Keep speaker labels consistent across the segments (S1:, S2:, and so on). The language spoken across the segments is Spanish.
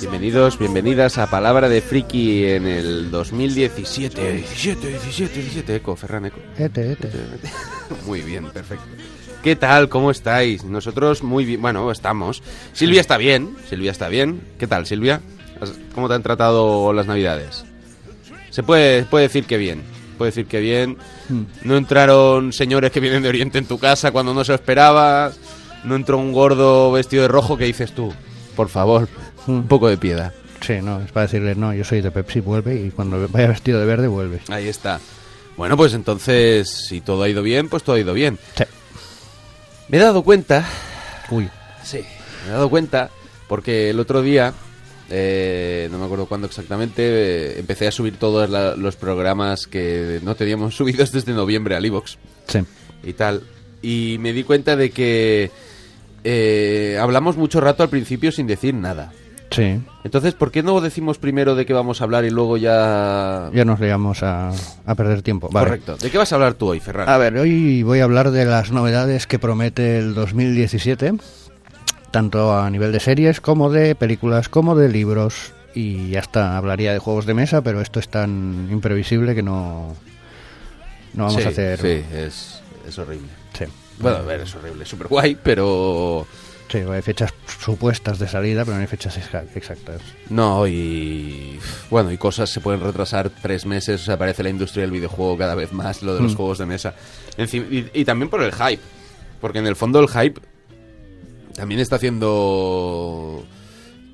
S1: Bienvenidos, bienvenidas a Palabra de Friki en el 2017. 17, 17, 17, Eco, Ferran Eco.
S2: Ete, ete.
S1: Muy bien, perfecto. ¿Qué tal? ¿Cómo estáis? Nosotros muy bien, bueno, estamos. Silvia está bien, Silvia está bien. ¿Qué tal, Silvia? ¿Has- ¿Cómo te han tratado las navidades? Se puede, puede decir que bien, puede decir que bien. No entraron señores que vienen de Oriente en tu casa cuando no se lo esperabas. No entró un gordo vestido de rojo que dices tú, por favor, un poco de piedad.
S2: Sí, no, es para decirle, no, yo soy de Pepsi, vuelve y cuando vaya vestido de verde vuelves.
S1: Ahí está. Bueno, pues entonces, si todo ha ido bien, pues todo ha ido bien.
S2: Sí.
S1: Me he dado cuenta,
S2: Uy,
S1: sí, me he dado cuenta, porque el otro día, eh, no me acuerdo cuándo exactamente, eh, empecé a subir todos la- los programas que no teníamos subidos desde noviembre al iVoox
S2: sí.
S1: y tal. Y me di cuenta de que eh, hablamos mucho rato al principio sin decir nada.
S2: Sí,
S1: Entonces, ¿por qué no decimos primero de qué vamos a hablar y luego ya...
S2: ya nos ligamos a, a perder tiempo. Vale. Ah,
S1: Correcto. ¿De qué vas a hablar tú hoy, Ferran?
S2: A ver, hoy voy a hablar de las novedades que promete el 2017, tanto a nivel de series como de películas como de libros. Y ya está, hablaría de juegos de mesa, pero esto es tan imprevisible que no, no vamos
S1: Sí,
S2: a hacer...
S1: Sí, es, es horrible.
S2: Sí.
S1: Bueno, a ver, es horrible, es súper guay, pero.
S2: Sí, hay fechas supuestas de salida, pero no hay fechas exa- exactas.
S1: No, y. Bueno, y cosas se pueden retrasar tres meses. O sea, aparece la industria del videojuego cada vez más, lo de
S2: Mm.
S1: los juegos de mesa. En fin, y, y también por el hype. Porque en el fondo el hype también está haciendo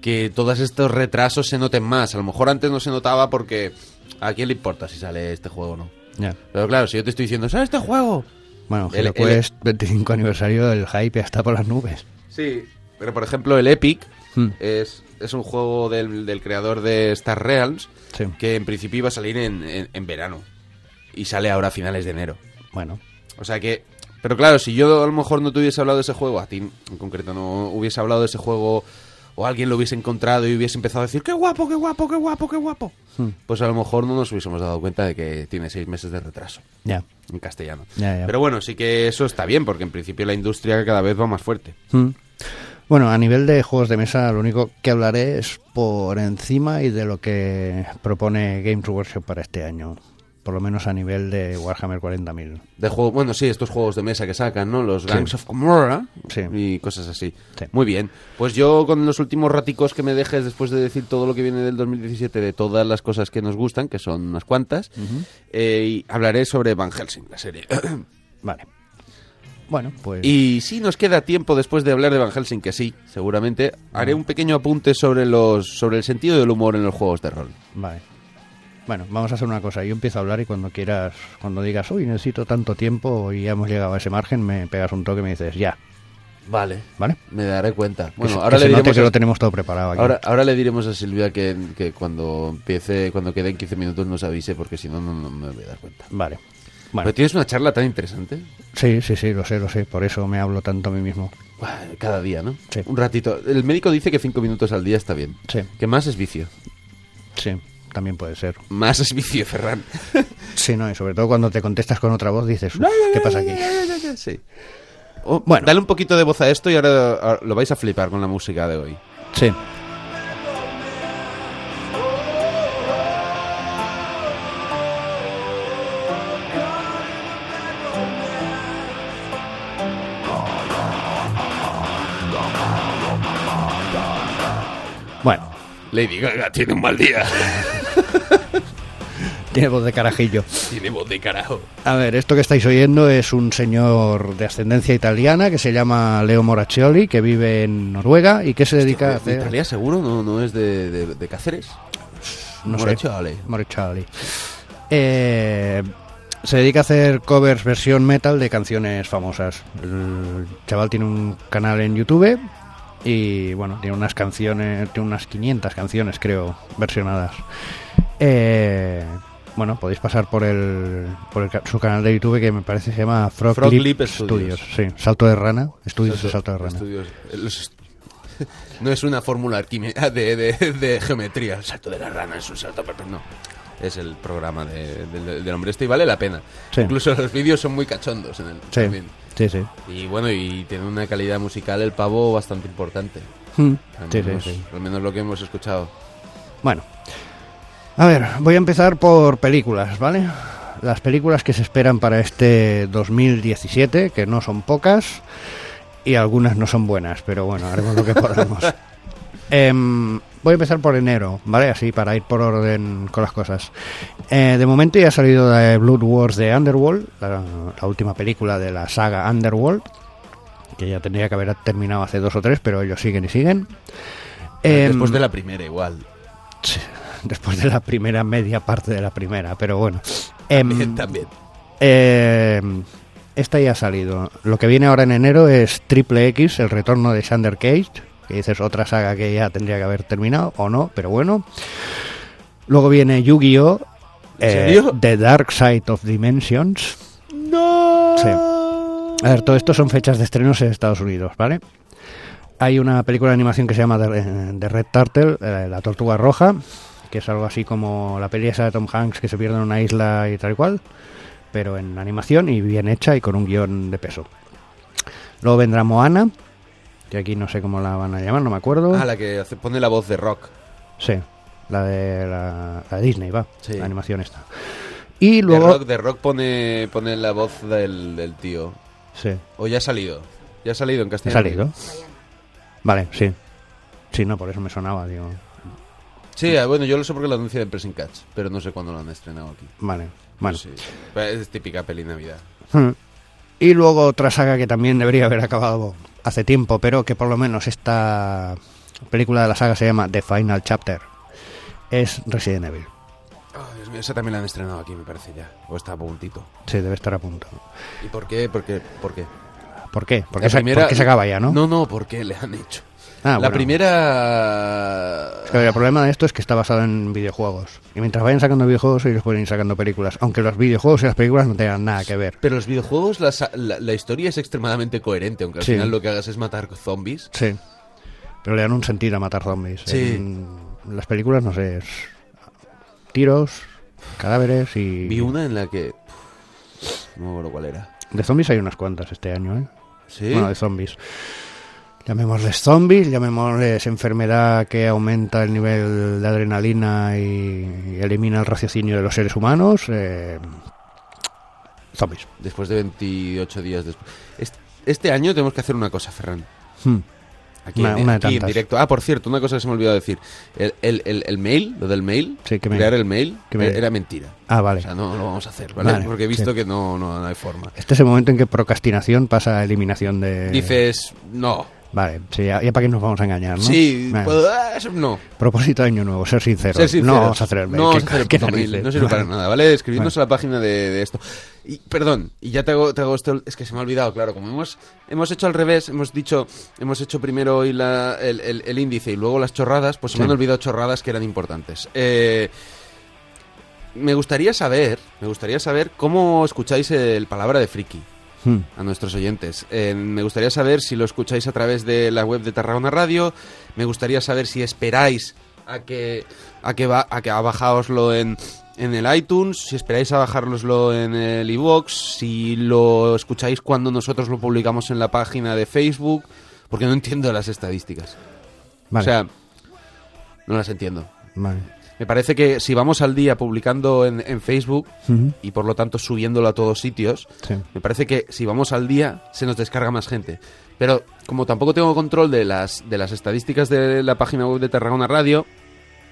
S1: que todos estos retrasos se noten más. A lo mejor antes no se notaba porque. ¿A quién le importa si sale este juego o no?
S2: Ya.
S1: Pero claro, si yo te estoy diciendo, ¿sale este juego?
S2: Bueno,
S1: El-
S2: Hero Quest 25 aniversario, el hype ya está por las nubes.
S1: Sí, pero por ejemplo el Epic
S2: Hmm.
S1: es, es un juego del, del creador de Star Realms
S2: Sí.
S1: que en principio iba a salir en, en- en verano y sale ahora a finales de enero.
S2: Bueno,
S1: O sea que... Pero claro, si yo a lo mejor no te hubiese hablado de ese juego, a ti en concreto no hubiese hablado de ese juego o alguien lo hubiese encontrado y hubiese empezado a decir, qué guapo, qué guapo, qué guapo, qué guapo.
S2: Mm.
S1: Pues a lo mejor no nos hubiésemos dado cuenta de que tiene seis meses de retraso
S2: ya.
S1: en castellano.
S2: Ya, ya.
S1: Pero bueno, sí que eso está bien porque en principio la industria cada vez va más fuerte.
S2: Hmm. Bueno, a nivel de juegos de mesa, lo único que hablaré es por encima y de lo que propone Games Workshop para este año. Por lo menos a nivel de Warhammer 40.000.
S1: De juego, bueno, sí, estos juegos de mesa que sacan, ¿no? Los Gangs of Gamora
S2: Sí.
S1: y cosas así.
S2: Sí.
S1: Muy bien. Pues yo con los últimos raticos que me dejes después de decir todo lo que viene del 2017, de todas las cosas que nos gustan, que son unas cuantas, eh, y hablaré sobre Van Helsing, la serie.
S2: Vale. Bueno, pues.
S1: y si nos queda tiempo después de hablar de Van Helsing, que sí, seguramente, haré un pequeño apunte sobre los sobre el sentido del humor en los juegos de rol.
S2: Vale. Bueno, vamos a hacer una cosa. Yo empiezo a hablar y cuando quieras, cuando digas, uy, necesito tanto tiempo y ya hemos llegado a ese margen, me pegas un toque y me dices, ya.
S1: Vale.
S2: ¿Vale?
S1: Me daré cuenta.
S2: Que
S1: Bueno,
S2: se-
S1: ahora
S2: que se
S1: le
S2: note
S1: diremos
S2: que
S1: a-
S2: lo tenemos todo preparado aquí.
S1: Ahora, ahora le diremos a Silvia que, que cuando empiece, cuando queden 15 minutos nos avise, porque si no, no, no me voy a dar cuenta.
S2: Vale. Bueno,
S1: Pero tienes una charla tan interesante.
S2: sí, sí, sí, lo sé, lo sé. Por eso me hablo tanto a mí mismo.
S1: Buah, Cada día, ¿no?
S2: Sí.
S1: Un ratito. El médico dice que 5 minutos al día está bien.
S2: Sí.
S1: Que más es vicio.
S2: Sí, también puede ser.
S1: Más es vicio, Ferran.
S2: Sí, no, y sobre todo cuando te contestas con otra voz dices, "Uf, ¿qué pasa aquí?
S1: Sí. Oh,
S2: Bueno.
S1: Dale un poquito de voz a esto y ahora ahora lo vais a flipar con la música de hoy.
S2: Sí. Bueno,
S1: Lady Gaga tiene un mal día.
S2: Tiene voz de carajillo.
S1: Tiene voz de carajo.
S2: A ver, esto que estáis oyendo es un señor de ascendencia italiana que se llama Leo Moraccioli, que vive en Noruega y que se dedica a hacer...
S1: Italia seguro no, no es de, de- de Cáceres.
S2: no sé.
S1: Moraccioli.
S2: Moraccioli. Eh, se dedica a hacer covers versión metal de canciones famosas. El chaval tiene un canal en YouTube y bueno, tiene unas canciones, tiene unas 500 canciones creo versionadas. Eh, bueno, podéis pasar por el por el ca- su canal de YouTube que me parece que se llama Frog,
S1: Frog
S2: Leap
S1: Leap
S2: Studios.
S1: Studios.
S2: Sí, Salto de Rana, Estudios de Salto de Rana.
S1: Estudios- eh, los est- no es una fórmula alquimi- ah, de, de- de geometría. El salto de la rana es un salto perfecto. No. Es el programa de- de- del hombre este y vale la pena.
S2: Sí.
S1: Incluso los vídeos son muy cachondos en el
S2: Sí,
S1: también.
S2: sí, sí.
S1: Y bueno, y tiene una calidad musical el pavo bastante importante.
S2: Hmm,
S1: Al
S2: sí, sí,
S1: menos,
S2: sí.
S1: al menos lo que hemos escuchado.
S2: Bueno, a ver, voy a empezar por películas, ¿vale? Las películas que se esperan para este 2017, que no son pocas, y algunas no son buenas, pero bueno, haremos lo que podamos. Em, voy a empezar por enero, ¿vale? Así para ir por orden con las cosas. Eh, de momento ya ha salido de Blood Wars de Underworld, la, la última película de la saga Underworld, que ya tendría que haber terminado hace dos o tres, pero ellos siguen y siguen.
S1: Después
S2: Em,
S1: de la primera, igual.
S2: después de la primera media parte de la primera, pero bueno. Em,
S1: Bien, también.
S2: em, esta ya ha salido. Lo que viene ahora en enero es Triple X, el retorno de Xander Cage, que dices otra saga que ya tendría que haber terminado, o no, pero bueno. Luego viene Yu-Gi-Oh!
S1: ¿En
S2: eh,
S1: serio?
S2: The Dark Side of Dimensions.
S1: ¡No!
S2: Sí. A ver, todo esto son fechas de estrenos en Estados Unidos, ¿vale? Hay una película de animación que se llama The, eh, The Red Turtle, eh, La Tortuga Roja, que es algo así como la peli esa de Tom Hanks que se pierde en una isla y tal y cual, pero en animación y bien hecha y con un guión de peso. Luego vendrá Moana, que aquí no sé cómo la van a llamar, no me acuerdo.
S1: Ah, la que hace- pone la voz de rock.
S2: Sí, la de la, la de Disney, va,
S1: Sí.
S2: la animación esta. Y
S1: De
S2: luego...
S1: rock, de rock pone, pone la voz del, del tío.
S2: Sí.
S1: O ya ha salido. Ya ha salido en
S2: ¿Ha
S1: castellano.
S2: salido? Vale, sí. Sí, no, por eso me sonaba, digo.
S1: Sí, ah, bueno, yo lo sé porque lo anuncié en Pressing Catch, pero no sé cuándo lo han estrenado aquí.
S2: Vale, bueno.
S1: Sí. Pero Es típica peli Navidad.
S2: Hmm. Y luego otra saga que también debería haber acabado hace tiempo, pero que por lo menos esta película de la saga se llama The Final Chapter. Es Resident Evil.
S1: Ah, Dios mío, esa también la han estrenado aquí, me parece ya. O está a puntito.
S2: Sí, debe estar a punto.
S1: ¿Y por qué? ¿Por qué? ¿Por qué?
S2: ¿Por qué? Porque,
S1: La
S2: se,
S1: primera-
S2: porque se acaba ya, ¿no?
S1: No, no, ¿por qué le han hecho?
S2: Ah,
S1: la
S2: bueno.
S1: primera...
S2: Es que el problema de esto es que está basado en videojuegos. Y mientras vayan sacando videojuegos, ellos pueden ir sacando películas. Aunque los videojuegos y las películas no tengan nada que ver.
S1: Pero los videojuegos, la, sa- la- la historia es extremadamente coherente, aunque al
S2: Sí.
S1: final lo que hagas es matar zombies.
S2: Sí. Pero le dan un sentido a matar zombies.
S1: Sí.
S2: En las películas, no sé, es tiros, cadáveres y...
S1: Vi una en la que... Pff, No me acuerdo cuál era.
S2: De zombies hay unas cuantas este año, ¿eh?
S1: ¿Sí?
S2: Bueno, de zombies. Llamémosles zombies, llamémosles enfermedad que aumenta el nivel de adrenalina y, y elimina el raciocinio de los seres humanos. eh, zombies.
S1: Después de 28 días después. Este, este año tenemos que hacer una cosa, Ferran.
S2: Hmm.
S1: Aquí,
S2: Una-
S1: en-
S2: una de
S1: aquí en
S2: tantas.
S1: directo. Ah, por cierto, una cosa que se me ha olvidado decir. El, el- el- el mail, lo del mail,
S2: Sí, ¿qué mail?
S1: crear el mail,
S2: ¿Qué mail?
S1: era mentira.
S2: Ah, vale.
S1: O sea, no lo vamos a hacer, ¿vale?
S2: Vale,
S1: Porque he visto
S2: sí.
S1: que no, no, no hay forma.
S2: Este es el momento en que procrastinación pasa a eliminación de...
S1: Dices, no.
S2: Vale, sí, ya, ya para qué nos vamos a engañar, ¿no?
S1: Sí,
S2: Vale.
S1: puedo- ah, eso no.
S2: Propósito de año nuevo, ser sincero.
S1: Ser sinceros.
S2: No vamos a hacer el mail.
S1: No
S2: ¿Qué-
S1: vamos a hacer el
S2: qué
S1: puto mail,
S2: narices?
S1: No sirve para
S2: Vale.
S1: nada, ¿vale? Escribidnos a la página de, de esto. Y, perdón, y ya te hago, te hago esto. Es que se me ha olvidado, claro. Como hemos, hemos hecho al revés, hemos dicho, hemos hecho primero hoy la- el, el- el índice y luego las chorradas, pues se me
S2: Sí.
S1: han olvidado chorradas que eran importantes. Eh, me gustaría saber, me gustaría saber cómo escucháis el palabra de friki
S2: Hmm.
S1: a nuestros oyentes. Eh, me gustaría saber si lo escucháis a través de la web de Tarragona Radio. Me gustaría saber si esperáis a que a que va, a que a bajároslo en en el iTunes, si esperáis a bajároslo en el iVoox, si lo escucháis cuando nosotros lo publicamos en la página de Facebook, porque no entiendo las estadísticas.
S2: Vale,
S1: O sea, no las entiendo.
S2: vale.
S1: Me parece que si vamos al día publicando en, en Facebook
S2: Ujú.
S1: y por lo tanto subiéndolo a todos sitios,
S2: Sí.
S1: me parece que si vamos al día se nos descarga más gente. Pero como tampoco tengo control de las, de las estadísticas de la página web de Tarragona Radio,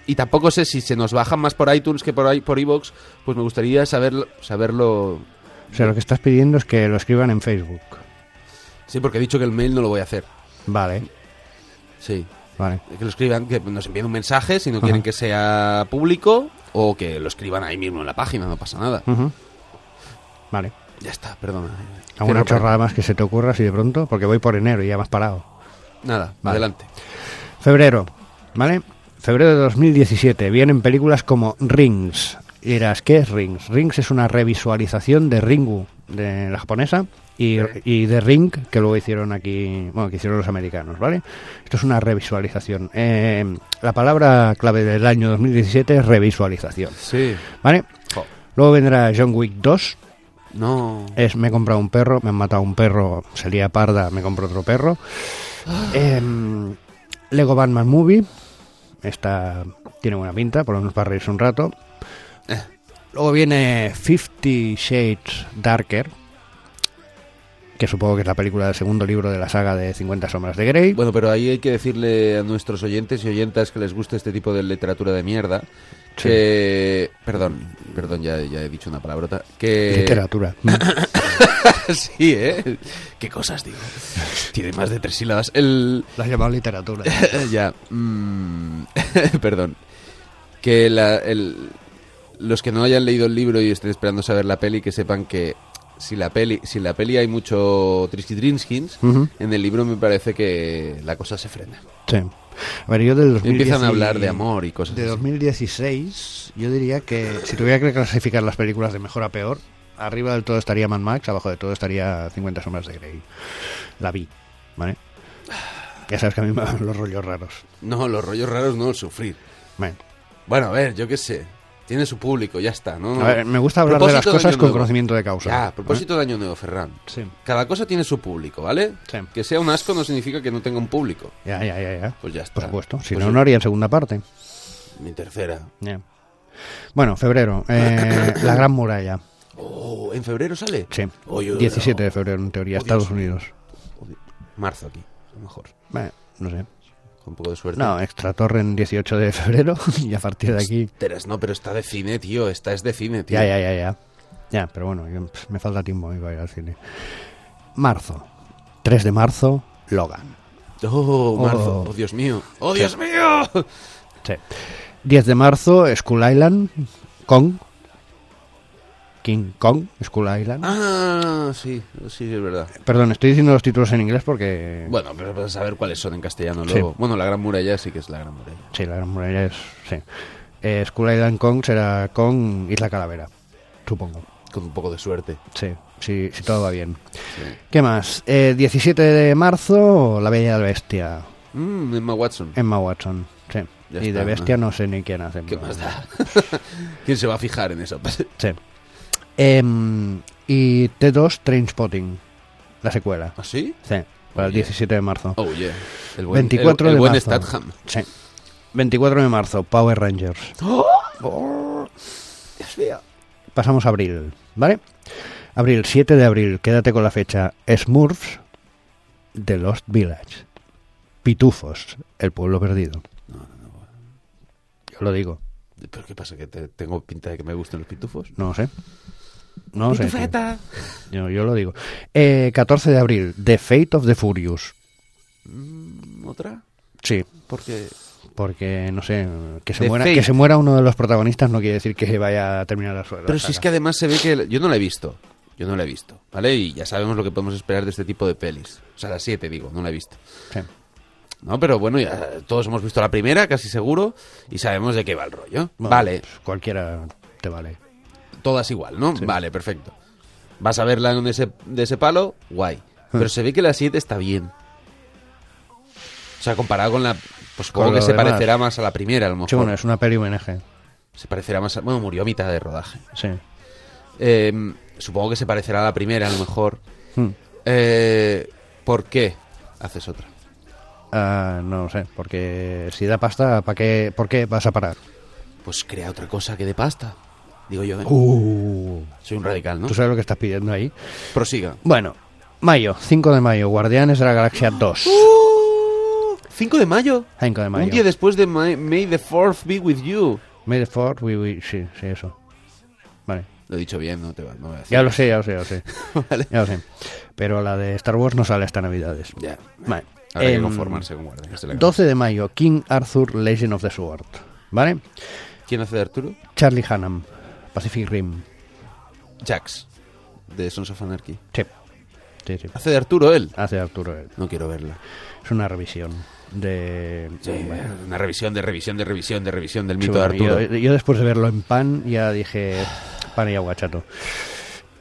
S1: y tampoco sé si se nos bajan más por iTunes que por i- por iBox, pues me gustaría saberlo, saberlo.
S2: O sea, lo que estás pidiendo es que lo escriban en Facebook.
S1: Sí, porque he dicho que el mail no lo voy a hacer.
S2: Vale,
S1: Sí.
S2: vale.
S1: Que lo escriban, que nos envíen un mensaje si no
S2: Ajá.
S1: quieren que sea público o que lo escriban ahí mismo en la página, no pasa nada.
S2: Ujú. Vale.
S1: Ya está, perdona.
S2: ¿Alguna
S1: Cierro por-
S2: chorrada más que se te ocurra así de pronto? Porque voy por enero y ya me has parado.
S1: Nada,
S2: Vale.
S1: adelante.
S2: Febrero, ¿vale? Febrero de 2017. Vienen películas como Rings. Y dirás, ¿qué es Rings? Rings es una revisualización de Ringu, de la japonesa, y, y de Ring, que luego hicieron aquí, bueno, que hicieron los americanos, ¿vale? Esto es una revisualización. Eh, la palabra clave del año 2017 es revisualización,
S1: Sí.
S2: ¿vale?
S1: Jo.
S2: Luego vendrá John Wick 2,
S1: No.
S2: es me he comprado un perro, me han matado un perro, sería parda, me compro otro perro. Em, Lego Batman Movie, esta tiene buena pinta, por lo menos para reírse un rato.
S1: Eh.
S2: Luego viene Fifty Shades Darker, que supongo que es la película del segundo libro de la saga de 50 sombras de Grey.
S1: Bueno, pero ahí hay que decirle a nuestros oyentes y oyentas que les gusta este tipo de literatura de mierda
S2: Sí.
S1: que... Perdón, perdón, ya, ya he dicho una palabrota. Que...
S2: Literatura.
S1: sí, ¿eh? ¿Qué cosas digo? Tiene más de tres sílabas. El...
S2: la has llamado literatura.
S1: ya. mm, Perdón. Que la- el- los que no hayan leído el libro y estén esperando saber la peli, que sepan que si la peli, si en la peli hay mucho trinskins,
S2: Ujú.
S1: en el libro me parece que la cosa se frena.
S2: Sí. A ver, yo del 2010
S1: Empiezan a hablar de amor y cosas
S2: De
S1: así.
S2: 2016, yo diría que si tuviera que clasificar las películas de mejor a peor, arriba del todo estaría Mad Max, abajo de todo estaría 50 sombras de Grey. La vi, ¿vale? Ya sabes que a mí me van los rollos raros.
S1: No, los rollos raros no, sufrir.
S2: Bueno,
S1: Bueno, a ver, yo qué sé. Tiene su público, ya está, ¿no?
S2: A ver, me gusta hablar de las
S1: Propósito
S2: cosas
S1: año
S2: con
S1: nuevo.
S2: conocimiento de causa.
S1: Ya,
S2: ¿eh?
S1: propósito de año nuevo, Ferran.
S2: Sí.
S1: Cada cosa tiene su público, ¿vale?
S2: Sí.
S1: Que sea un asco no significa que no tenga un público.
S2: Ya, ya, ya, ya.
S1: Pues ya está.
S2: Por supuesto. Si
S1: Pues
S2: no,
S1: sí.
S2: no haría segunda parte.
S1: Mi tercera.
S2: Ya. Bueno, febrero. eh, la Gran Muralla.
S1: Oh, ¿en febrero sale?
S2: Sí.
S1: Oh, yo-
S2: 17 de febrero, en teoría,
S1: Oh,
S2: Estados
S1: Dios.
S2: Unidos.
S1: Oh, Marzo aquí, a lo mejor.
S2: Bueno, no sé.
S1: Con un poco de suerte.
S2: No, Extratorre en 18 de febrero y a partir de aquí.
S1: Teres, no, pero está de cine, tío. Esta es de cine, tío.
S2: Ya, ya, ya, ya. Ya, pero bueno, yo, pff, me falta tiempo a mí para ir al cine. Marzo. 3 de marzo, Logan.
S1: Oh, marzo.
S2: Oh.
S1: Oh, Dios mío. ¡Oh, Dios mío!
S2: Sí. 10 de marzo, Skull Island, Kong. King Kong, Skull Island.
S1: Ah, sí, sí, es verdad.
S2: Perdón, estoy diciendo los títulos en inglés porque...
S1: Eh, Bueno, pero vas a saber cuáles son en castellano
S2: Sí.
S1: luego. Bueno, la Gran Muralla sí que es la Gran Muralla.
S2: Sí, la gran muralla es... Sí. Eh, Skull Island Kong será Kong Isla Calavera, supongo.
S1: Con un poco de suerte.
S2: Sí, sí, sí todo va bien.
S1: Sí.
S2: ¿Qué más? Eh, 17 de marzo, La Bella y la Bestia.
S1: Mm, Emma Watson.
S2: Emma Watson. Sí.
S1: Ya
S2: y
S1: está,
S2: de Bestia ¿no? sé ni quién hace.
S1: ¿Qué
S2: pero-
S1: más da? ¿Quién se va a fijar en eso?
S2: Sí. Em, y T2 Trainspotting, la secuela.
S1: ¿Ah, sí?
S2: Sí, para el
S1: Oye.
S2: 17 de marzo.
S1: Oh, yeah. El buen,
S2: 24
S1: el- el
S2: de
S1: buen
S2: marzo.
S1: Statham.
S2: Sí. 24 de marzo, Power Rangers.
S1: ¡Oh!
S2: Pasamos a abril, ¿vale? Abril, 7 de abril, quédate con la fecha. Smurfs, The Lost Village. Pitufos, El Pueblo Perdido. Yo lo digo,
S1: ¿Pero qué pasa? ¿Que te- tengo pinta de que me gusten los pitufos?
S2: no sé. No sé. tío.
S1: ¡Pitufeta!
S2: Yo, yo lo digo. Eh, 14 de abril, The Fate of the Furious.
S1: Mm, ¿Otra?
S2: Sí,
S1: Porque...
S2: porque no sé, que se,
S1: The
S2: muera,
S1: Fate.
S2: que se muera uno de los protagonistas no quiere decir que vaya a terminar la suela.
S1: Pero si es que además se ve que... el- Yo no la he visto. Yo no la he visto, ¿vale? Y ya sabemos lo que podemos esperar de este tipo de pelis. O sea, las siete, digo, no la he visto. No, pero bueno, ya todos hemos visto la primera, casi seguro, y sabemos de qué va el rollo. vale,
S2: pues, cualquiera te vale.
S1: todas igual, ¿no? Vale, perfecto. Vas a verla en ese, de ese palo, guay. Pero se ve que la 7 está bien. O sea, comparado con la... Pues
S2: Con
S1: supongo que
S2: lo
S1: se
S2: demás.
S1: parecerá más a la primera, a lo mejor.
S2: Sí, bueno, es una peli homenaje.
S1: Se parecerá más a- Bueno, murió a mitad de rodaje.
S2: Sí.
S1: Eh, supongo que se parecerá a la primera, a lo mejor.
S2: Hmm.
S1: Eh, ¿Por qué haces otra?
S2: Ah, no sé, porque si da pasta, ¿para qué, ¿por qué vas a parar?
S1: Pues crea otra cosa que de pasta. Digo yo, ¿eh? soy un radical, ¿no?
S2: Tú sabes lo que estás pidiendo ahí.
S1: Prosiga.
S2: Bueno, mayo, 5 de mayo, Guardianes de la Galaxia 2.
S1: ¿5 Uh. de mayo?
S2: 5 de mayo.
S1: Uh. Un día después de May, May the 4th be with you.
S2: May the fourth we- we- sí, sí, eso. Vale.
S1: Lo he dicho bien, no te va, no voy a decir.
S2: Ya lo sé, ya lo sé, ya lo sé.
S1: Vale.
S2: Ya lo sé. Pero la de Star Wars no sale hasta Navidades.
S1: Ya.
S2: Vale.
S1: Habrá que
S2: Em,
S1: conformarse con Guardianes de la
S2: 12 de mayo, King Arthur Legend of the Sword. ¿Vale?
S1: Galaxia. ¿Quién hace de Arturo?
S2: Charlie Hunnam, Pacific Rim.
S1: Jax, de Sons of Anarchy.
S2: Sí. Sí, sí.
S1: ¿Hace de Arturo él?
S2: Hace Arturo. él.
S1: No quiero verla.
S2: Es una revisión de. Bueno,
S1: Una revisión de revisión de revisión de revisión del mito
S2: chulo.
S1: de Arturo.
S2: Yo, yo después de verlo en pan ya dije pan y aguachato.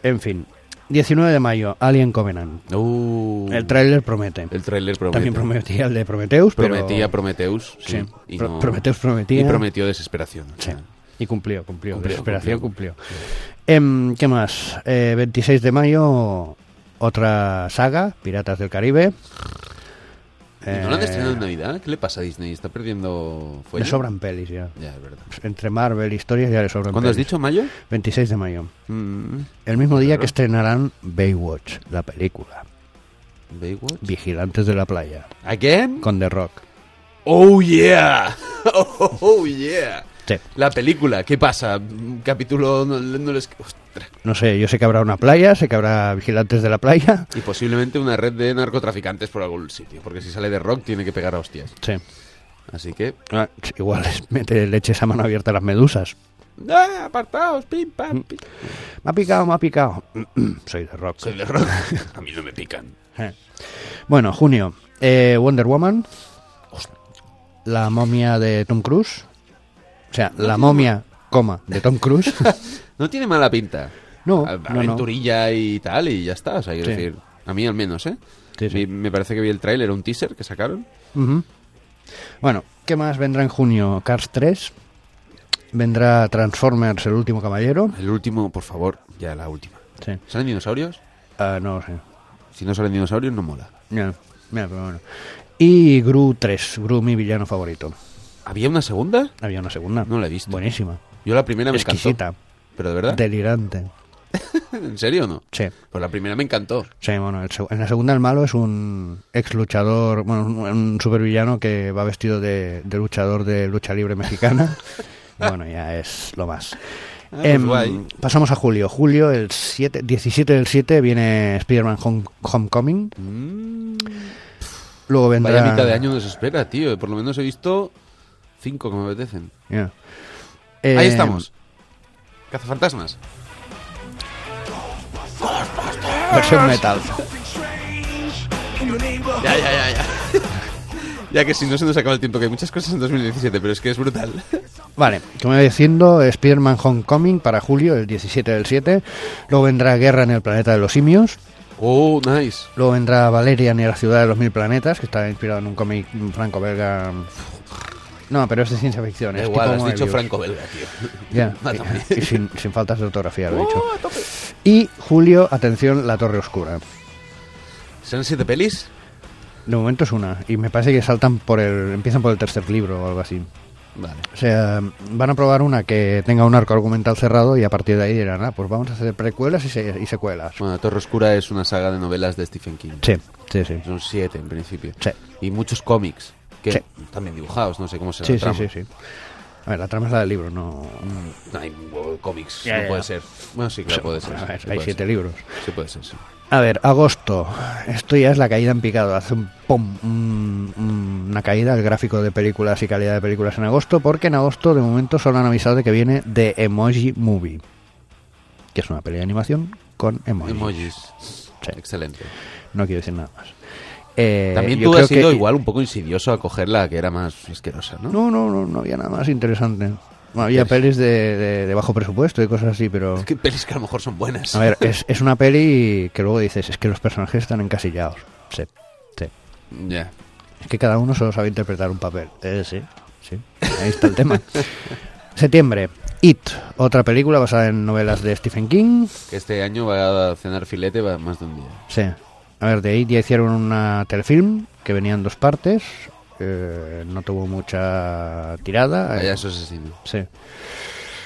S2: En fin. 19 de mayo, Alien Covenant.
S1: Uh,
S2: El tráiler promete.
S1: el tráiler promete.
S2: También prometía el de Prometheus, pero...
S1: Prometía Prometeus. Sí.
S2: Sí.
S1: y
S2: Pro-
S1: no-
S2: Prometheus prometía.
S1: Y prometió desesperación.
S2: Sí. Y cumplió, cumplió.
S1: Cumplió,
S2: Desesperación cumplió. Em, ¿Qué más? Eh, 26 de mayo, otra saga, Piratas del Caribe.
S1: ¿Y no lo han
S2: Eh,
S1: estrenado en Navidad? ¿Qué le pasa a Disney? ¿Está perdiendo
S2: Le
S1: fuelle?
S2: sobran pelis ya.
S1: Ya, es verdad.
S2: Entre Marvel, historias, ya le sobran
S1: ¿Cuándo has
S2: pelis.
S1: dicho mayo?
S2: 26 de mayo.
S1: Mm,
S2: El mismo día
S1: Claro.
S2: que estrenarán Baywatch, la película.
S1: Baywatch.
S2: Vigilantes de la playa,
S1: ¿Again?
S2: con The Rock.
S1: ¡Oh, yeah! ¡Oh, oh, yeah!
S2: Sí.
S1: La película, ¿qué pasa? Mm, Capítulo no, no les... Ostras.
S2: No sé, yo sé que habrá una playa, sé que habrá vigilantes de la playa.
S1: Y posiblemente una red de narcotraficantes por algún sitio, porque si sale de rock tiene que pegar a hostias.
S2: Sí.
S1: Así que...
S2: Ah, Igual les mete leches a mano abierta a las medusas.
S1: ¡Ah, apartaos! ¡Pim,
S2: Mm.
S1: pam, pim!
S2: Me ha picado, me ha picado. Soy de rock.
S1: Soy de rock. A mí no me pican.
S2: Eh. Bueno, junio. eh, Wonder Woman. La momia de Tom Cruise. O sea, la momia, coma, de Tom Cruise.
S1: No tiene mala pinta.
S2: No,
S1: A-
S2: no, no.
S1: Aventurilla y tal, y ya está. O sea, quiero
S2: Sí.
S1: decir, a mí al menos, ¿eh?
S2: Sí,
S1: Mi-
S2: sí.
S1: Me, parece que vi el tráiler, un teaser que sacaron.
S2: Ujú. Bueno, ¿qué más vendrá en junio? Cars 3. Vendrá Transformers, el último caballero.
S1: El último, por favor, ya la última.
S2: Sí.
S1: ¿Salen dinosaurios?
S2: Ah, no lo sé.
S1: Si no salen dinosaurios, no mola.
S2: Ya, ya, pero bueno. Y Gru 3, Gru mi villano favorito.
S1: ¿Había una segunda?
S2: Había una segunda.
S1: No la he visto.
S2: Buenísima.
S1: Yo la primera me
S2: Exquisita.
S1: encantó. ¿Eh? ¿Pero de verdad?
S2: Delirante.
S1: ¿En serio o no?
S2: Sí.
S1: Pues la primera me encantó.
S2: Sí, bueno, el seg- en la segunda el malo es un ex luchador, bueno, un, un supervillano que va vestido de, de luchador de lucha libre mexicana. Y bueno, ya es lo más. Em,
S1: pues guay.
S2: pasamos a julio. Julio, el 7, 17 del 7 viene Spider-Man Home- Homecoming.
S1: Mm,
S2: Luego vendrá...
S1: vaya mitad de año nos espera, tío. Por lo menos he visto cinco que me apetecen.
S2: Ya. Eh,
S1: Ahí estamos. Cazafantasmas.
S2: Em, Versión metal.
S1: Ya, ya, ya, ya. ya que si no se nos acaba el tiempo, que hay muchas cosas en 2017, pero es que es brutal.
S2: Vale, como iba diciendo, Spider-Man Homecoming para julio, el 17 del 7. Luego vendrá Guerra en el Planeta de los Simios.
S1: Oh, nice.
S2: Luego vendrá Valerian y la ciudad de los mil planetas, que está inspirado en un cómic franco-belga. No, pero es de ciencia ficción.
S1: Da
S2: es
S1: igual,
S2: Este tipo
S1: has dicho
S2: Moebius.
S1: franco-belga, tío.
S2: Ya,
S1: Mátame.
S2: y, y sin, sin faltas de ortografía, lo he dicho.
S1: Oh, a tope.
S2: Y Julio, atención, La Torre Oscura.
S1: ¿Serán siete pelis?
S2: De momento es una, y me parece que saltan por el. empiezan por el tercer libro o algo así.
S1: Vale.
S2: O sea, van a probar una que tenga un arco argumental cerrado y a partir de ahí dirán, ah, pues vamos a hacer precuelas y, se- y secuelas.
S1: Bueno, Torre Oscura es una saga de novelas de Stephen King.
S2: Sí, sí, sí.
S1: Son siete en principio.
S2: Sí.
S1: Y muchos cómics. Que
S2: Sí.
S1: también dibujados, no sé cómo será
S2: Sí,
S1: la
S2: sí,
S1: trama.
S2: sí, sí. A ver, la trama es la del libro, no.
S1: No hay uh, cómics,
S2: Ya,
S1: no
S2: ya,
S1: puede
S2: ya.
S1: ser. Bueno, sí, claro, puede ser.
S2: A ver,
S1: sí
S2: hay
S1: puede
S2: siete
S1: ser.
S2: libros.
S1: Sí, puede ser, sí.
S2: A ver, agosto. Esto ya es la caída en picado. Hace un pum, un- un- una caída el gráfico de películas y calidad de películas en agosto, porque en agosto de momento solo han avisado de que viene The Emoji Movie, que es una peli de animación con emojis.
S1: Emojis.
S2: Sí.
S1: Excelente.
S2: No quiero decir nada más. Eh,
S1: También
S2: yo
S1: tú
S2: creo
S1: has sido
S2: que-
S1: igual un poco insidioso a coger la que era más asquerosa, ¿no?
S2: No, no, no, no había nada más interesante. Bueno, había pelis de, de- de bajo presupuesto y cosas así, pero...
S1: Es que pelis que a lo mejor son buenas.
S2: A ver, es, es una peli que luego dices, es que los personajes están encasillados. Sí, sí.
S1: Ya.
S2: Es que cada uno solo sabe interpretar un papel. Eh, sí, sí. Ahí está el tema. Septiembre. It, otra película basada en novelas de Stephen King.
S1: Que este año va a cenar filete va más de un día.
S2: Sí. A ver, de It ya hicieron una telefilm que venía en dos partes. Eh, no tuvo mucha tirada. Eh,
S1: Payasos asesinos.
S2: Sí.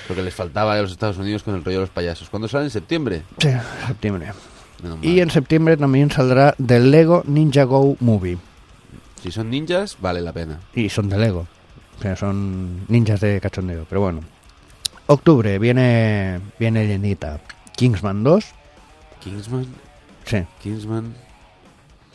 S1: Lo que les faltaba a los Estados Unidos con el rollo de los payasos. ¿Cuándo sale? ¿En septiembre?
S2: Sí, septiembre.
S1: Menos mal.
S2: Y en septiembre también saldrá The Lego Ninja Go Movie.
S1: Si son ninjas, vale la pena.
S2: Y son de Lego. O sea, son ninjas de cachondeo. Pero bueno. Octubre viene, viene llenita. Kingsman 2.
S1: Kingsman,
S2: Sí,
S1: Kingsman,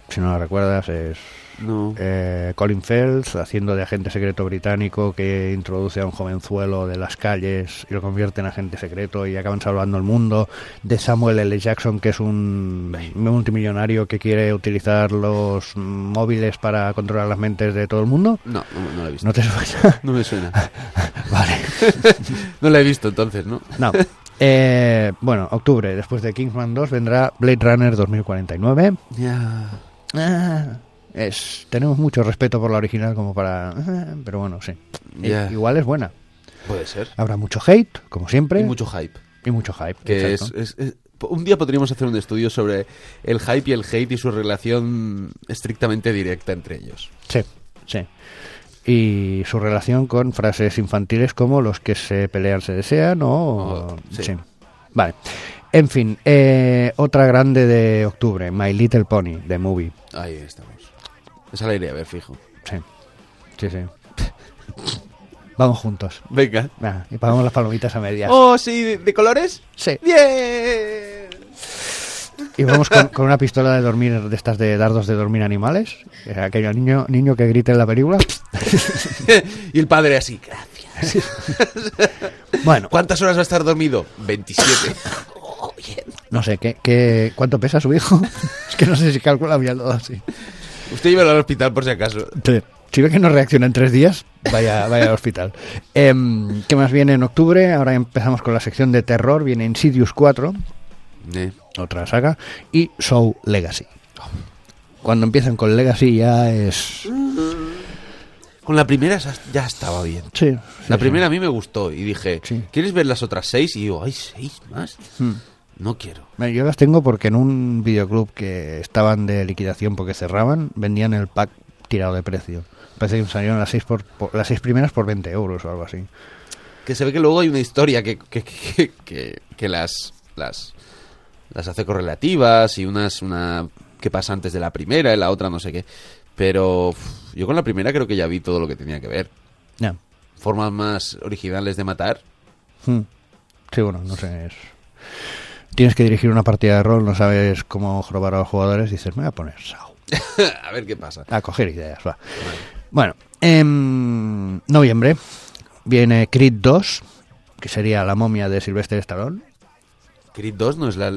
S2: si no la recuerdas, es
S1: no.
S2: eh, Colin Fells haciendo de agente secreto británico que introduce a un jovenzuelo de las calles y lo convierte en agente secreto y acaban salvando el mundo. De Samuel L. Jackson, que es un multimillonario que quiere utilizar los mm, móviles para controlar las mentes de todo el mundo.
S1: No, no, no la he visto.
S2: ¿No te suena?
S1: No me suena.
S2: vale.
S1: No la he visto entonces, ¿no?
S2: No. Eh, bueno, octubre, después de Kingsman 2, vendrá Blade Runner 2049.
S1: Ya.
S2: Ah, es, tenemos mucho respeto por la original como para... ah, Pero bueno, sí. I-
S1: Ya.
S2: Eh, Igual es buena.
S1: Puede ser.
S2: Habrá mucho hate, como siempre.
S1: Y mucho hype.
S2: y mucho hype.
S1: Que es,
S2: exacto.
S1: es- es- un día podríamos hacer un estudio sobre el hype y el hate y su relación estrictamente directa entre ellos.
S2: Sí, sí. Y su relación con frases infantiles como los que se pelean se desean o...
S1: O- sí.
S2: Vale. En fin, eh, otra grande de octubre, My Little Pony, de Movie.
S1: Ahí estamos. Esa la iré a ver, fijo.
S2: Sí, sí, sí. Vamos juntos.
S1: Venga.
S2: Venga, y pagamos las palomitas a medias.
S1: Oh, sí, ¿de, de colores?
S2: Sí.
S1: ¡Bien!
S2: Y vamos con, con una pistola de dormir, de estas de dardos de dormir animales. Eh, Aquel niño, niño que grita en la película.
S1: y el padre así, gracias.
S2: Bueno,
S1: ¿Cuántas horas va a estar dormido? 27.
S2: no sé, ¿qué, qué, ¿cuánto pesa su hijo? Es que no sé si calcula bien todo así.
S1: Usted llévelo al hospital por si acaso.
S2: Sí. Si ve que no reacciona en tres días, vaya, vaya al hospital. Eh, ¿Qué más viene en octubre? Ahora empezamos con la sección de terror. Viene Insidious 4,
S1: Eh,
S2: otra saga, y Show Legacy. Cuando empiezan con Legacy ya es...
S1: Con la primera ya- ya estaba bien.
S2: Sí,
S1: La
S2: sí,
S1: primera a mí me gustó y dije,
S2: Sí.
S1: ¿quieres ver las otras seis? Y digo, ¿hay seis más?
S2: Hmm.
S1: No quiero.
S2: Bueno, Yo las tengo porque en un videoclub que estaban de liquidación porque cerraban, vendían el pack tirado de precio. Parece que salieron las seis, por, por- las seis primeras por 20 euros o algo así.
S1: Que se ve que luego hay una historia que, que, que, que- que las, las, las hace correlativas y unas una que pasa antes de la primera y la otra no sé qué. Pero uf, yo con la primera creo que ya vi todo lo que tenía que ver.
S2: Ya.
S1: Formas más originales de matar.
S2: Hmm. Sí, bueno, no sé. es- Tienes que dirigir una partida de rol, no sabes cómo jorobar a los jugadores, dices, me voy a poner Sao.
S1: a ver qué pasa.
S2: A coger ideas, va. Bueno, en noviembre viene Creed 2, que sería la momia de Sylvester Stallone.
S1: Creed 2 no es la...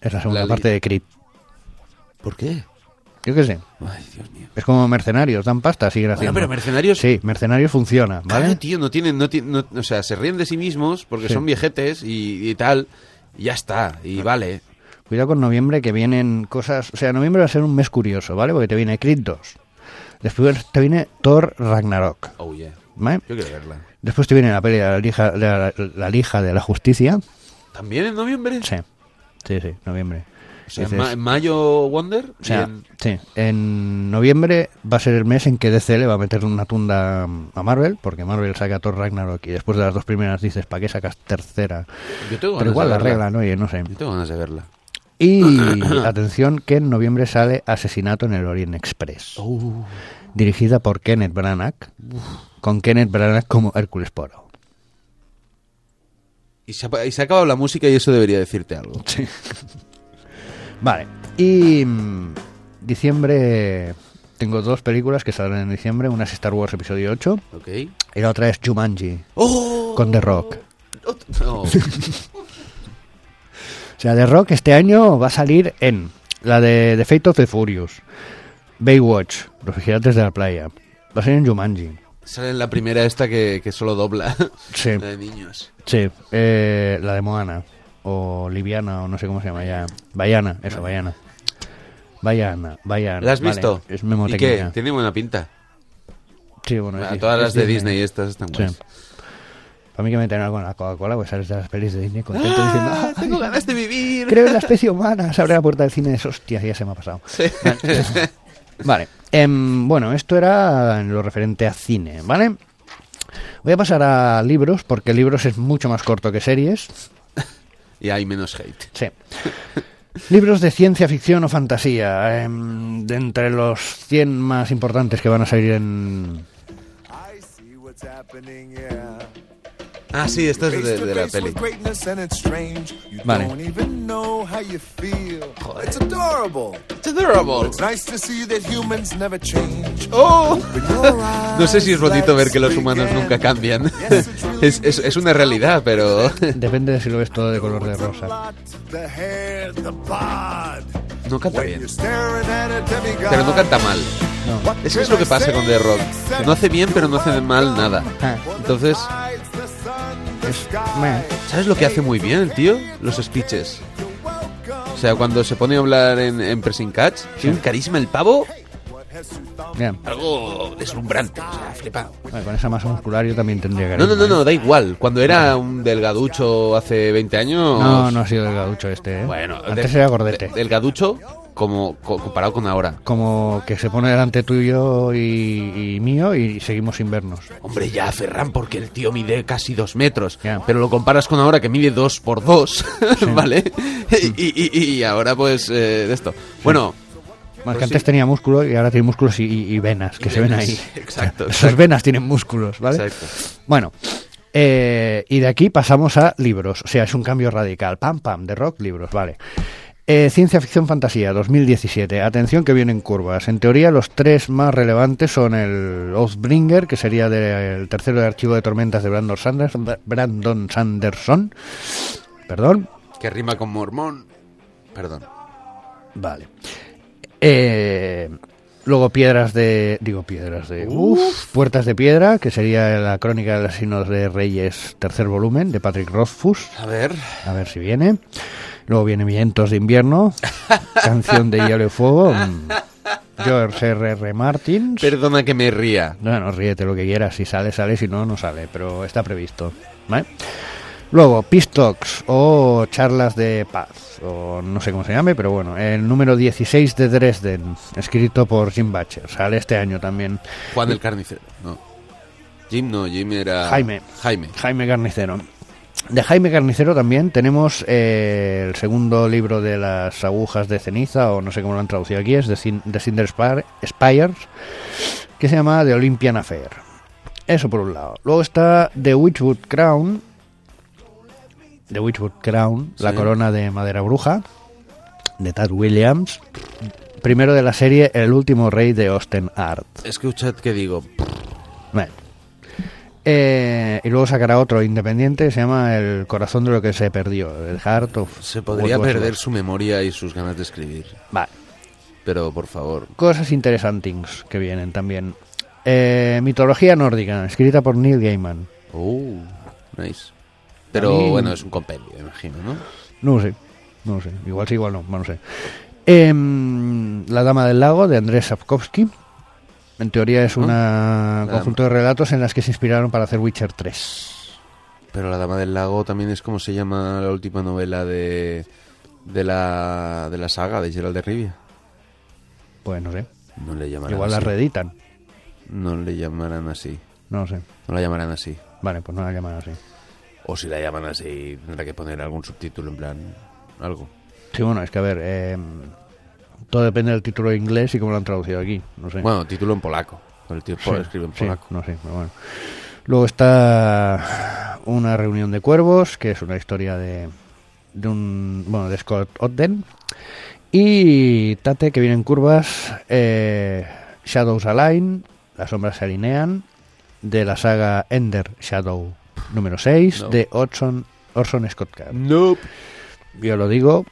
S2: Es la segunda
S1: La li-
S2: parte de Creed.
S1: ¿Por qué?
S2: Yo qué sé.
S1: Ay, Dios mío.
S2: Es como mercenarios, dan pasta, siguen
S1: Bueno,
S2: haciendo.
S1: pero mercenarios...
S2: Sí, mercenarios funciona,
S1: Claro,
S2: ¿vale?
S1: tío, no tienen, no tienen, no- o sea, se ríen de sí mismos porque
S2: Sí.
S1: son viejetes y, y tal, y ya está, y vale.
S2: Cuidado con noviembre que vienen cosas. O sea, noviembre va a ser un mes curioso, ¿vale? Porque te viene Creed 2. Después te viene Thor Ragnarok,
S1: Oh, yeah.
S2: ¿vale?
S1: Yo quiero verla.
S2: Después te viene la peli de la lija, de la, la lija de la justicia.
S1: ¿También en noviembre?
S2: Sí, sí, sí, noviembre.
S1: O sea, en,
S2: Dices-
S1: ma- en mayo Wonder.
S2: o sea,
S1: y en-
S2: sí, en noviembre va a ser el mes en que DC le va a meter una tunda a Marvel, porque Marvel saca Thor Ragnarok y después de las dos primeras dices, ¿para qué sacas tercera?
S1: Yo tengo ganas
S2: Pero igual
S1: de
S2: la
S1: verla.
S2: regla, ¿no? Oye, no sé.
S1: Yo tengo ganas de verla.
S2: Y atención que en noviembre sale Asesinato en el Orient Express, dirigida por Kenneth Branagh, con Kenneth Branagh como Hércules Poro.
S1: Y, se ha, y se ha acabado la música y eso debería decirte algo.
S2: Vale, y mm, diciembre tengo dos películas que salen en diciembre, una es Star Wars Episodio 8
S1: ¿Ok?
S2: y la otra es Jumanji
S1: ¡Oh!
S2: con The Rock.
S1: Ot- no.
S2: O sea, The Rock este año va a salir en la de The Fate of the Furious, Baywatch, Los Vigilantes de la Playa, va a salir en Jumanji.
S1: Sale en la primera esta que, que solo dobla.
S2: Sí.
S1: La de niños.
S2: Sí, eh, la de Moana. O Liviana, o no sé cómo se llama ya. Bayana, eso, Bayana. Bayana, Bayana.
S1: ¿La has
S2: vale,
S1: visto?
S2: Es
S1: ¿Y qué?
S2: memotecnia.
S1: Tiene buena pinta.
S2: Sí, bueno,
S1: A
S2: es-
S1: todas
S2: es eh.
S1: las de Disney, pues. estas están
S2: Sí.
S1: buenas.
S2: Para mí que me tengan algo en la Coca-Cola, pues sales de las pelis de Disney contento diciendo...
S1: Ah,
S2: "Ay,
S1: tengo ganas de vivir.
S2: Creo en la especie humana. Se abre la puerta del cine de esos... Hostias, ya se me ha pasado.
S1: Sí.
S2: Vale. em, bueno, esto era en lo referente a cine, ¿vale? Voy a pasar a libros, porque libros es mucho más corto que series.
S1: y hay menos hate.
S2: Sí. Libros de ciencia ficción o fantasía. em, de entre los 100 más importantes que van a salir en...
S3: I see what's happening, yeah.
S1: Ah, sí, esto es
S3: Face
S1: de,
S3: to
S1: de la
S3: face
S1: peli.
S3: with greatness and it's strange. You
S2: Vale.
S3: don't even know how you feel. It's adorable. It's nice to see that humans never change.
S1: ¡Oh!
S3: But your eyes
S1: No sé si es bonito ver que los humanos
S3: begin.
S1: nunca cambian.
S3: Yes, it's really
S1: Es, es- es una realidad, pero
S2: Depende de si lo ves todo de color de
S3: What's a
S2: rosa.
S3: lot? The hair, the bod.
S1: no canta
S3: When you're
S1: bien.
S3: staring at a demigod.
S1: Pero no canta mal.
S2: No.
S1: Es que es lo que pasa con The Rock. No hace bien, pero no hace mal nada.
S2: Ah.
S1: Entonces,
S2: Es- meh.
S1: ¿sabes lo que hace muy bien el tío? Los speeches. O sea, cuando se pone a hablar en, en Pressing Catch, tiene un carisma el pavo,
S2: Bien.
S1: algo deslumbrante, o sea, flipado.
S2: Bueno, con esa masa muscular yo también tendría que...
S1: No, no, no, no, da igual. Cuando era un delgaducho hace 20 años...
S2: No, no ha sido delgaducho este, ¿eh?
S1: Bueno,
S2: Antes
S1: de-
S2: era gordete.
S1: de- delgaducho como co- comparado con ahora.
S2: Como que se pone delante tuyo y, y mío y seguimos sin vernos.
S1: Hombre, ya, Ferran, porque el tío mide casi dos metros.
S2: Ya.
S1: Pero lo comparas con ahora que mide dos por dos, ¿vale? Y, y- y ahora, pues, eh, de esto. Bueno,
S2: Más
S1: Pues
S2: que antes
S1: sí.
S2: tenía músculo y ahora tiene músculos y, y- y venas, que se ven ahí.
S1: Exacto,
S2: Esas
S1: exacto.
S2: venas tienen músculos, ¿vale?
S1: Exacto.
S2: Bueno, eh, y de aquí pasamos a libros. O sea, es un cambio radical. Pam, pam, de rock, libros, vale. Eh, Ciencia ficción fantasía 2017. Atención que vienen curvas. En teoría, los tres más relevantes son el Oathbringer, que sería del tercero de archivo de tormentas de Brandon, Sanders, Brandon Sanderson. Perdón,
S1: que rima con mormón. Perdón.
S2: Vale. Eh, luego piedras de... Digo piedras de... uf, Puertas de piedra, que sería la crónica del asesino de Reyes, tercer volumen, de Patrick Rothfuss.
S1: A ver.
S2: A ver si viene. Luego viene Vientos de invierno, canción de Hielo y Fuego, mm, George R.R. Martin.
S1: Perdona que me ría.
S2: Bueno, ríete lo que quieras, si sale, sale, si no, no sale, pero está previsto. ¿vale? Luego, Pistox o charlas de paz, o no sé cómo se llame, pero bueno, el número 16 de Dresden, escrito por Jim Batcher, sale este año también.
S1: Juan el carnicero. No. Jim no, Jim era.
S2: Jaime.
S1: Jaime.
S2: Jaime Carnicero. De Jaime Carnicero también tenemos eh, el segundo libro de las agujas de ceniza, o no sé cómo lo han traducido aquí, es de, Cin- de Cinder Spar- Spires, que se llama The Olympian Affair. Eso por un lado. Luego está The Witchwood Crown. The Witchwood Crown, la
S1: Sí.
S2: corona de madera bruja, de Tad Williams. Primero de la serie El último rey de Osten Art.
S1: Escuchad que digo.
S2: Bueno. Eh, y luego sacará otro independiente, se llama El corazón de lo que se perdió, el Heart of...
S1: Se podría
S2: what was
S1: perder
S2: lost.
S1: su memoria y sus ganas de escribir.
S2: Vale.
S1: Pero por favor.
S2: Cosas interesantings que vienen también. Eh, mitología nórdica, escrita por Neil Gaiman.
S1: Oh, nice. Pero
S2: mí-
S1: bueno, es un compendio, imagino, ¿no?
S2: No lo sé, no lo sé. Igual sí, igual no, no lo sé. Em, La Dama del Lago, de Andrés Sapkowski. En teoría es
S1: ¿Ah?
S2: un
S1: dama.
S2: conjunto de relatos en las que se inspiraron para hacer Witcher 3.
S1: Pero La Dama del Lago también es como se llama la última novela de, de, la, de la saga de Gerald de Rivia.
S2: Pues no sé,
S1: No le llamarán
S2: igual la
S1: así.
S2: reeditan,
S1: No le llamarán así.
S2: no lo sé.
S1: No la llamarán así.
S2: Vale, pues no la llaman así.
S1: O si la llaman así, tendrá que poner algún subtítulo en plan. Algo.
S2: Sí, bueno, es que a ver, eh, todo depende del título inglés y cómo lo han traducido aquí. No sé.
S1: Bueno, título en polaco. El tío
S2: Sí,
S1: pol- escribe en
S2: sí,
S1: polaco.
S2: no sé, pero bueno. Luego está Una reunión de cuervos, que es una historia de, de un. Bueno, de Scott Ogden. Y Tate, que viene en curvas. eh, Shadows Align, Las sombras se alinean. De la saga Ender Shadow número 6,
S1: No.
S2: de Orson, Orson Scott Card.
S1: Nope.
S2: Yo lo digo,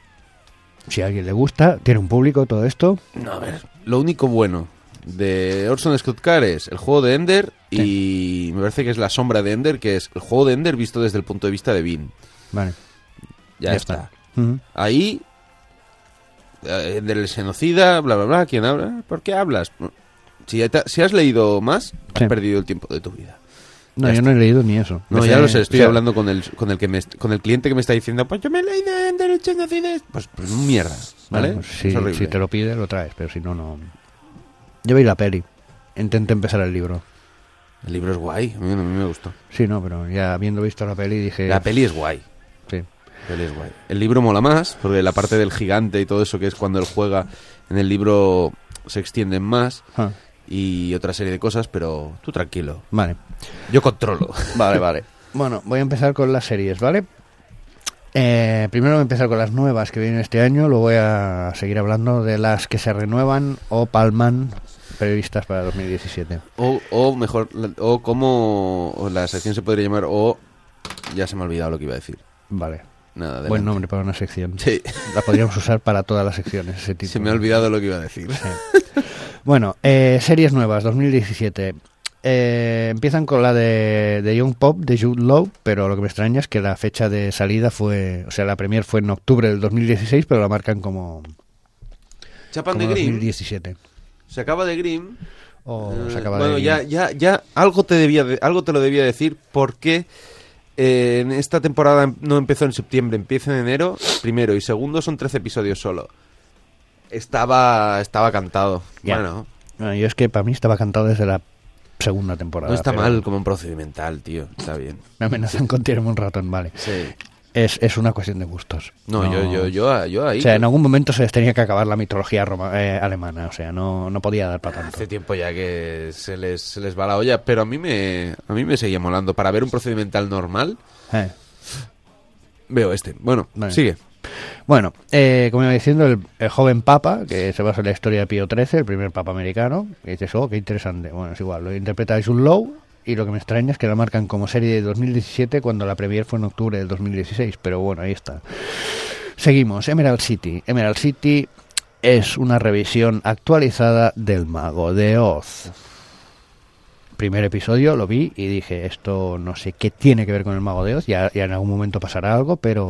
S2: si a alguien le gusta, tiene un público todo esto.
S1: No, a ver. Lo único bueno de Orson Scott Card es el juego de Ender y me parece que es la sombra de Ender, que es el juego de Ender visto desde el punto de vista de Bean.
S2: Vale.
S1: Ya,
S2: Ya
S1: está.
S2: está. Ujú.
S1: Ahí, eh, Ender el genocida, bla, bla, bla. ¿Quién habla? ¿Por qué hablas? Si, te- si has leído más, has
S2: Sí.
S1: perdido el tiempo de tu vida.
S2: No,
S1: Ya
S2: yo no he leído ni eso.
S1: No,
S2: Ese-
S1: ya lo sé, estoy
S2: o sea,
S1: hablando con el, con, el que me, est- con el cliente que me está diciendo, pues yo me he leído Ender el genocida. Pues, pues mierda,
S2: bueno,
S1: ¿vale?
S2: pues
S1: Es
S2: si,
S1: horrible.
S2: si te lo pide, lo traes, pero si no, no. Yo vi la peli. Intenté empezar el libro.
S1: El libro es guay, a mí, a mí me gustó.
S2: Eh. Sí, no, pero ya habiendo visto la peli dije.
S1: La peli es guay.
S2: Sí.
S1: Pero es guay. El libro mola más, porque la parte del gigante y todo eso que es cuando él juega en el libro se extienden más
S2: Ah,
S1: y otra serie de cosas, pero tú tranquilo.
S2: vale.
S1: Yo controlo.
S2: Vale, vale. Bueno, voy a empezar con las series, ¿vale? Eh, primero voy a empezar con las nuevas que vienen este año, luego voy a seguir hablando de las que se renuevan o palman previstas para 2017.
S1: O, o mejor, la- o como o la sección se podría llamar, o ya se me ha olvidado lo que iba a decir.
S2: Vale.
S1: Nada,
S2: Buen
S1: adelante.
S2: nombre para una sección.
S1: Sí.
S2: La podríamos usar para todas las secciones, ese tipo.
S1: Se me ha olvidado lo que iba a decir.
S2: Bueno, eh, series nuevas, 2017. Eh, empiezan con la de, de Young Pop, de Jude Law, pero lo que me extraña es que la fecha de salida fue, o sea, la premier fue en octubre del 2016, pero la marcan como,
S1: Chapan
S2: como
S1: de Grimm.
S2: 2017.
S1: Se acaba de Grimm.
S2: O
S1: Eh,
S2: se acaba
S1: bueno,
S2: de...
S1: ya, ya, ya algo te debía, de- algo te lo debía decir porque eh, en esta temporada em- no empezó en septiembre, empieza en enero, primero y segundo son 13 episodios solo. Estaba, estaba cantado.
S2: Ya.
S1: Bueno,
S2: Bueno, yo es que para mí estaba cantado desde la segunda temporada.
S1: no está
S2: pero
S1: mal como un procedimental, tío. Está bien.
S2: Me amenazan con tirarme un ratón, vale.
S1: Sí.
S2: Es, es una cuestión de gustos.
S1: No, Yo, yo, yo, yo ahí.
S2: O sea, en algún momento se les tenía que acabar la mitología roma- eh, alemana, o sea, no, no podía dar para tanto.
S1: Hace tiempo ya que se les, se les va la olla, pero a mí me a mí me seguía molando. Para ver un procedimental normal,
S2: Eh.
S1: veo este. Bueno,
S2: Vale.
S1: sigue.
S2: Bueno, eh, como iba diciendo, el, el joven papa, que se basa en la historia de Pío XIII, el primer papa americano, que dices, oh, qué interesante. Bueno, es igual, lo interpreta un Low y lo que me extraña es que la marcan como serie de 2017 cuando la premier fue en octubre del 2016, pero bueno, ahí está. Seguimos, Emerald City. Emerald City es una revisión actualizada del Mago de Oz. Primer episodio lo vi y dije, esto no sé qué tiene que ver con el Mago de Oz, ya, ya en algún momento pasará algo, pero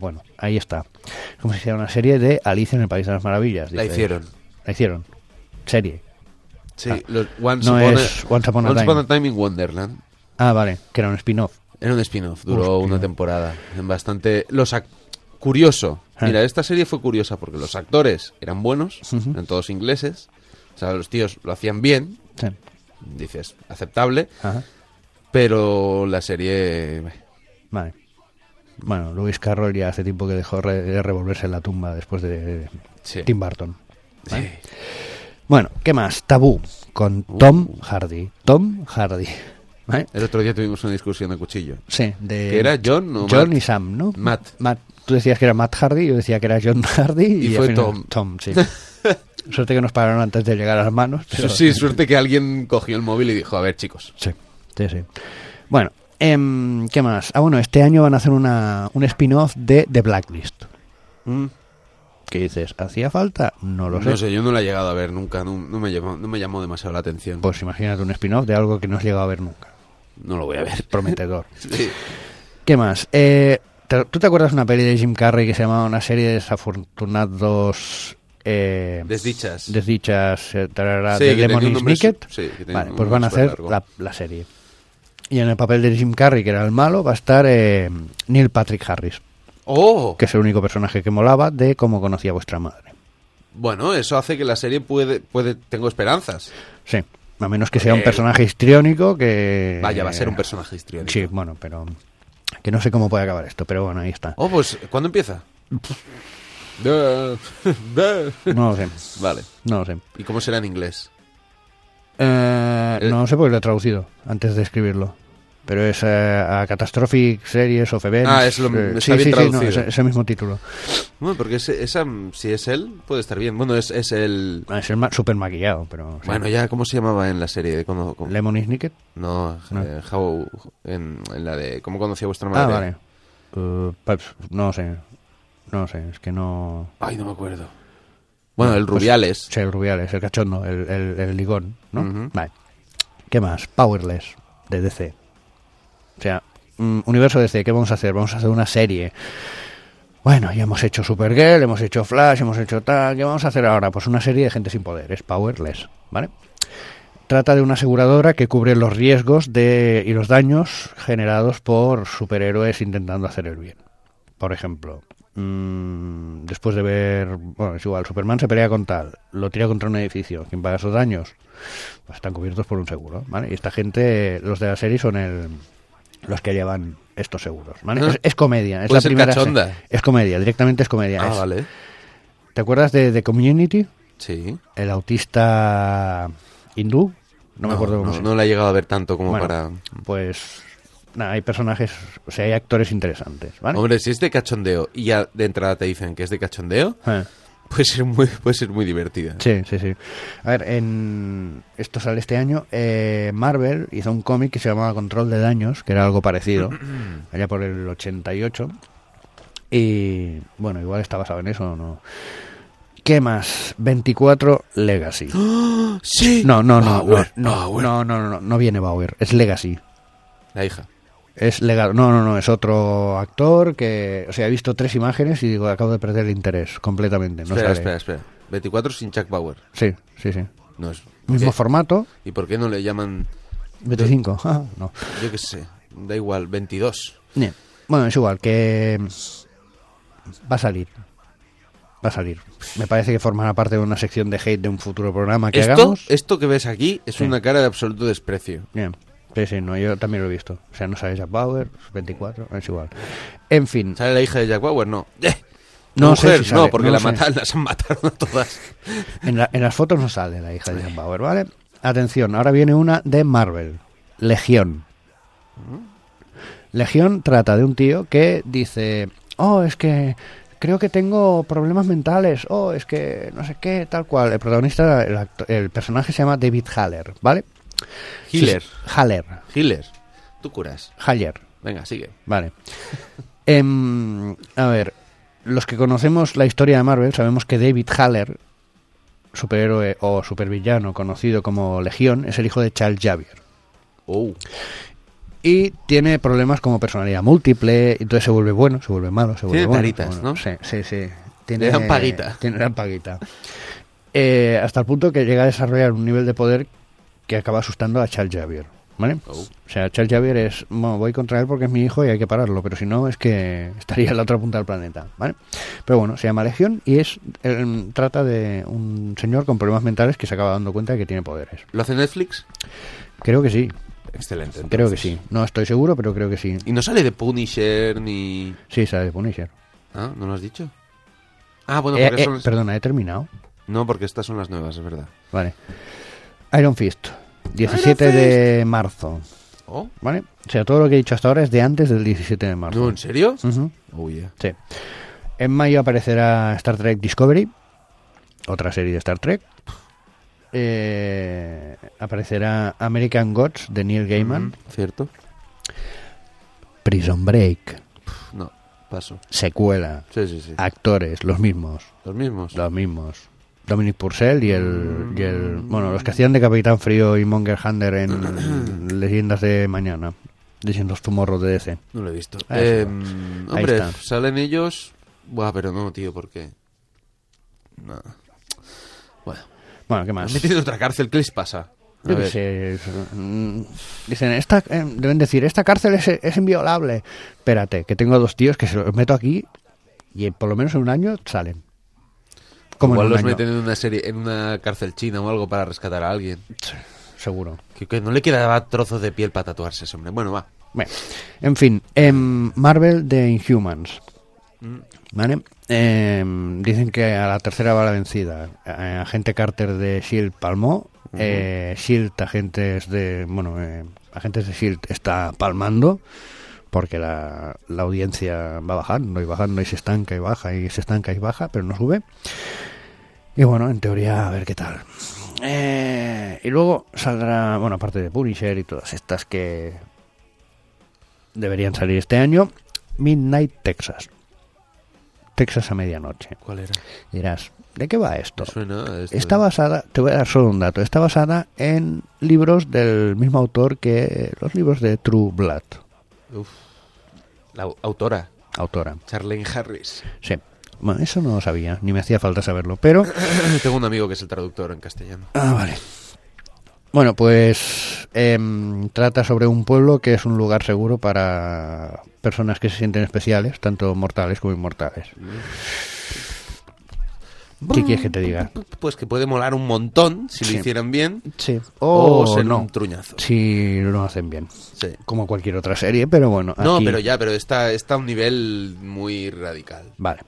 S2: bueno, ahí está. Es Como si hiciera una serie de Alicia en el País de las Maravillas.
S1: La
S2: dices.
S1: hicieron.
S2: La hicieron. Serie.
S1: Sí, los Once,
S2: ah, No
S1: upon,
S2: es
S1: a,
S2: Once Upon a Time.
S1: in Wonderland.
S2: Ah, vale, que era un spin-off.
S1: Era un spin-off, duró
S2: Hostia.
S1: una temporada. En bastante. Los ac- Curioso.
S2: Ah.
S1: Mira, esta serie fue curiosa porque los actores eran buenos,
S2: Ujú.
S1: eran todos ingleses. O sea, los tíos lo hacían bien,
S2: Sí.
S1: dices, aceptable.
S2: Ajá.
S1: Pero la serie. eh, beh,
S2: Vale. Bueno, Luis Carroll ya hace tiempo que dejó re- de revolverse en la tumba después de
S1: Sí.
S2: Tim Burton.
S1: sí.
S2: Bueno, ¿qué más? Tabú con
S1: Uh.
S2: Tom Hardy. Tom Hardy. ¿Vale?
S1: El otro día tuvimos una discusión de cuchillo.
S2: Sí, de
S1: ¿Que era John o
S2: Eh, John
S1: Matt?
S2: y Sam, ¿no?
S1: Matt.
S2: Tú decías que era Matt Hardy, yo decía que era John Hardy y,
S1: Y
S2: al
S1: fue
S2: final-
S1: Tom.
S2: Tom, sí. Suerte que nos pararon antes de llegar a las manos. pero-
S1: Sí, suerte que alguien cogió el móvil y dijo: A ver, chicos.
S2: Sí, sí, sí. Bueno, em, ¿qué más? Ah, bueno, este año van a hacer una, un spin-off de The Blacklist. ¿Qué dices? ¿Hacía falta? No lo sé.
S1: Mm. No sé, yo no la he llegado a ver nunca, no, no me, llamó, no me llamó demasiado la atención.
S2: Pues imagínate un spin-off de algo que no has llegado a ver nunca.
S1: no lo voy a ver.
S2: Prometedor.
S1: Sí.
S2: ¿Qué más? Eh, te- ¿Tú te acuerdas de una peli de Jim Carrey que se llamaba Una serie de desafortunados... eh,
S1: Desdichas.
S2: desdichas eh, tarara,
S1: Sí,
S2: de
S1: que tenía
S2: Lemony
S1: un nombre
S2: Snicket.
S1: su- sí, que tenía
S2: vale,
S1: un
S2: pues van a
S1: nombre
S2: hacer
S1: superlargo.
S2: la, la serie. Y en el papel de Jim Carrey, que era el malo, va a estar eh, Neil Patrick Harris,
S1: ¡Oh!
S2: que es el único personaje que molaba de cómo conocía vuestra madre.
S1: Bueno, eso hace que la serie puede, puede tengo esperanzas.
S2: Sí, a menos que sea un
S1: Eh,
S2: personaje histriónico que...
S1: Vaya, va a ser un personaje histriónico.
S2: Eh, Sí, bueno, pero... Que no sé cómo puede acabar esto, pero bueno, ahí está.
S1: Oh, pues, ¿cuándo empieza?
S2: No lo sé,
S1: vale.
S2: no lo sé.
S1: ¿Y cómo será en inglés?
S2: Eh,
S1: Eh,
S2: no lo sé porque lo he traducido antes de escribirlo. Pero es eh, a Catastrophic Series of Events.
S1: Ah, es lo-
S2: eh,
S1: está bien
S2: sí, sí, sí, no,
S1: traducido.
S2: es, es el mismo título.
S1: Bueno, porque ese- esa, mm, si es él, puede estar bien. Bueno, es, es el...
S2: Ah, Es el ma- súper maquillado, pero. sí.
S1: Bueno, ya, ¿cómo se llamaba en la serie? de cómo- cómo-
S2: Lemony Snicket.
S1: No,
S2: No.
S1: eh, how- en, en la de ¿Cómo conocía vuestra
S2: Ah,
S1: madre?
S2: vale. Eh, pues, no sé. No sé, es que no.
S1: Ay, no me acuerdo. Bueno, el
S2: Pues,
S1: Rubiales.
S2: Sí, el Rubiales, el cachondo, el, el, el ligón, ¿no?
S1: Ujú.
S2: Vale. ¿Qué más? Powerless, de DC. O sea, mm, universo DC, ¿qué vamos a hacer? Vamos a hacer una serie. Bueno, ya hemos hecho Supergirl, hemos hecho Flash, hemos hecho tal. ¿Qué vamos a hacer ahora? Pues una serie de gente sin poder, es Powerless, ¿vale? Trata de una aseguradora que cubre los riesgos de, y los daños generados por superhéroes intentando hacer el bien. Por ejemplo, mm, después de ver, bueno, es igual, Superman se pelea con tal, lo tira contra un edificio, ¿quién paga esos daños? Pues están cubiertos por un seguro, ¿vale? Y esta gente, los de la serie son el, los que llevan estos seguros. ¿vale?
S1: Ah.
S2: Es, es comedia, es
S1: Puede
S2: la
S1: ser
S2: primera. se-
S1: cachonda.
S2: Es comedia, directamente es comedia.
S1: Ah,
S2: Es-
S1: vale.
S2: ¿Te acuerdas de The Community?
S1: Sí.
S2: El autista hindú. No, me acuerdo cómo
S1: no,
S2: se
S1: no la he llegado a ver tanto como
S2: Bueno,
S1: para...
S2: Pues nada, hay personajes, o sea, hay actores interesantes, ¿vale?
S1: Hombre, si es de cachondeo y ya de entrada te dicen que es de cachondeo,
S2: Eh,
S1: puede ser muy, puede ser muy divertida.
S2: Sí, sí, sí. A ver, en... esto sale este año. eh, Marvel hizo un cómic que se llamaba Control de Daños, que era algo parecido, allá por el 88. Y bueno, igual está basado en eso, ¿no? ¿Qué más? 24 Legacy.
S1: Sí.
S2: No, no, no,
S1: Power,
S2: no, no,
S1: power.
S2: no, no, no, no, no viene Bauer, es Legacy.
S1: La hija.
S2: Es legal. No, no, no, es otro actor que. O sea, he visto tres imágenes y digo, acabo de perder el interés completamente. No
S1: espera,
S2: sale.
S1: espera, espera. 24 sin Chuck Bauer.
S2: Sí, sí, sí.
S1: No es...
S2: Mismo
S1: ¿Qué?
S2: formato,
S1: ¿Y por qué no le llaman,
S2: 25. ah, no.
S1: yo qué sé, da igual, 22?
S2: Bien. Bueno, es igual, que. mm, Va a salir. Va a salir. Me parece que formará parte de una sección de hate de un futuro programa que
S1: Esto,
S2: hagamos.
S1: esto que ves aquí es
S2: Sí.
S1: una cara de absoluto desprecio.
S2: Bien. Sí, sí, no, yo también lo he visto. O sea, no sabes a Power, 24, es igual. En fin,
S1: ¿Sale la hija de Jack Bauer? No.
S2: No
S1: La
S2: sé
S1: mujer,
S2: si sale,
S1: no, porque
S2: no
S1: la
S2: sé.
S1: matan- las han matado a todas.
S2: En, la- en las fotos no sale la hija de John Bauer, ¿vale? Atención, ahora viene una de Marvel, Legión. Legión trata de un tío que dice, oh, es que creo que tengo problemas mentales, oh, es que no sé qué, tal cual. El protagonista, el, acto- el personaje se llama David Haller, ¿vale?
S1: Hiller.
S2: Sí, Haller,
S1: Hiller. Tú curas.
S2: Haller,
S1: Venga, sigue.
S2: Vale. Em, a ver, los que conocemos la historia de Marvel sabemos que David Haller, superhéroe o supervillano conocido como Legión, es el hijo de Charles Xavier.
S1: Oh.
S2: Y tiene problemas como personalidad múltiple, entonces se vuelve bueno, se vuelve malo, se vuelve
S1: Tiene
S2: bueno,
S1: taritas,
S2: bueno.
S1: ¿no?
S2: Sí, sí, sí.
S1: Le dan paguita.
S2: Tiene dan paguita. Eh, hasta el punto que llega a desarrollar un nivel de poder que acaba asustando a Charles Xavier, ¿vale?
S1: Oh.
S2: O sea, Charles Xavier es, "Bueno, voy contra él porque es mi hijo y hay que pararlo, pero si no es que estaría en la otra punta del planeta, ¿vale? Pero bueno, se llama Legión y es em, trata de un señor con problemas mentales que se acaba dando cuenta de que tiene poderes.
S1: ¿Lo hace Netflix?
S2: Creo que sí,
S1: Excelente.
S2: creo que
S1: entonces.
S2: sí. No estoy seguro, pero creo que sí.
S1: Y no sale de Punisher ni...
S2: Sí, sale de Punisher.
S1: ¿Ah? ¿No lo has dicho? Ah, bueno,
S2: Eh,
S1: porque
S2: eh,
S1: son las-
S2: Perdona, he terminado.
S1: No, porque estas son las nuevas, es verdad.
S2: Vale. Iron Fist, 17 de marzo,
S1: Oh.
S2: ¿vale? O sea, todo lo que he dicho hasta ahora es de antes del 17 de marzo.
S1: No, ¿en serio?
S2: Ujú.
S1: Oh, yeah.
S2: Sí. En mayo aparecerá Star Trek Discovery, otra serie de Star Trek. Eh, aparecerá American Gods de Neil Gaiman,
S1: Mm, ¿Cierto?
S2: Prison Break,
S1: No, paso.
S2: secuela,
S1: Sí, sí, sí.
S2: actores, los mismos,
S1: Los mismos.
S2: Ah. los mismos. Dominic Purcell y el, y el- Bueno, los que hacían de Capitán Frío y Monger Hunter en Leyendas de Mañana, Leyendas Tomorrow de DC.
S1: No lo he visto.
S2: Ah, eso
S1: Eh,
S2: no. Ahí
S1: hombre,
S2: está.
S1: salen ellos... Buah, pero no, tío, ¿por qué? No. Bueno.
S2: Bueno, ¿qué
S1: Me han
S2: más?
S1: metido en otra cárcel, ¿qué les pasa? A
S2: Yo qué
S1: ver.
S2: sé, es, mm, Dicen, esta, eh, deben decir, esta cárcel es, es inviolable. Espérate, que tengo dos tíos que se los meto aquí y eh, por lo menos en un año salen. Como
S1: Igual
S2: en un
S1: los
S2: año,
S1: meten en una serie, en una cárcel china o algo para rescatar a alguien.
S2: seguro.
S1: Que, que no le quedaba trozos de piel para tatuarse ese hombre. Bueno, va.
S2: Bueno, en fin, em, Marvel de Inhumans.
S1: Mm.
S2: ¿Vale? Em, dicen que a la tercera va la vencida. Eh, agente Carter de Shield E palmó. Eh, Shield, agentes de. Bueno, eh, agentes de Shield está palmando. Porque la, la audiencia va bajando y bajando y se estanca y baja y se estanca y baja, pero no sube. Y bueno, en teoría, a ver qué tal. Eh, y luego saldrá, bueno, aparte de Punisher y todas estas que deberían salir este año, Midnight Texas. Texas a medianoche.
S1: ¿Cuál era?
S2: Dirás, ¿de qué va esto?
S1: Me suena Este- a esto.
S2: Está basada, te voy a dar solo un dato, está basada en libros del mismo autor que los libros de True Blood,
S1: Uf. La au- autora,
S2: autora.
S1: Charlene Harris.
S2: Sí. Bueno, eso no lo sabía, ni me hacía falta saberlo, pero...
S1: Tengo un amigo que es el traductor en castellano.
S2: Ah, vale. Bueno, pues em, trata sobre un pueblo que es un lugar seguro para personas que se sienten especiales, tanto mortales como inmortales. ¿Qué quieres que te diga?
S1: Pues que puede molar un montón si
S2: Sí.
S1: lo hicieran bien
S2: Sí.
S1: o,
S2: O,
S1: ser
S2: Oh, no.
S1: un truñazo.
S2: Si lo hacen bien.
S1: Oh, Sí.
S2: Como cualquier otra serie, pero bueno.
S1: No,
S2: aquí-
S1: pero ya, pero está, está a un nivel muy radical.
S2: Vale.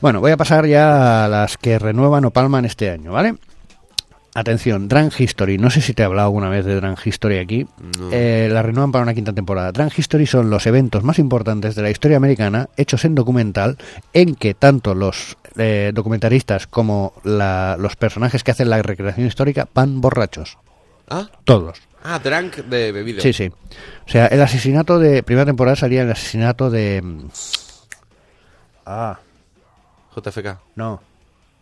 S2: Bueno, voy a pasar ya a las que renuevan o palman este año, ¿vale? Atención, Drang History. No sé si te he hablado alguna vez de Drang History aquí.
S1: No.
S2: Eh, la renuevan para una quinta temporada. Drang History son los eventos más importantes de la historia americana hechos en documental en que tanto los eh, documentaristas como la- los personajes que hacen la recreación histórica van borrachos.
S1: Ah,
S2: Todos.
S1: ah drunk de bebida.
S2: Sí, sí. O sea, el asesinato de... Primera temporada sería el asesinato de... mm, Ah,
S1: JFK.
S2: no.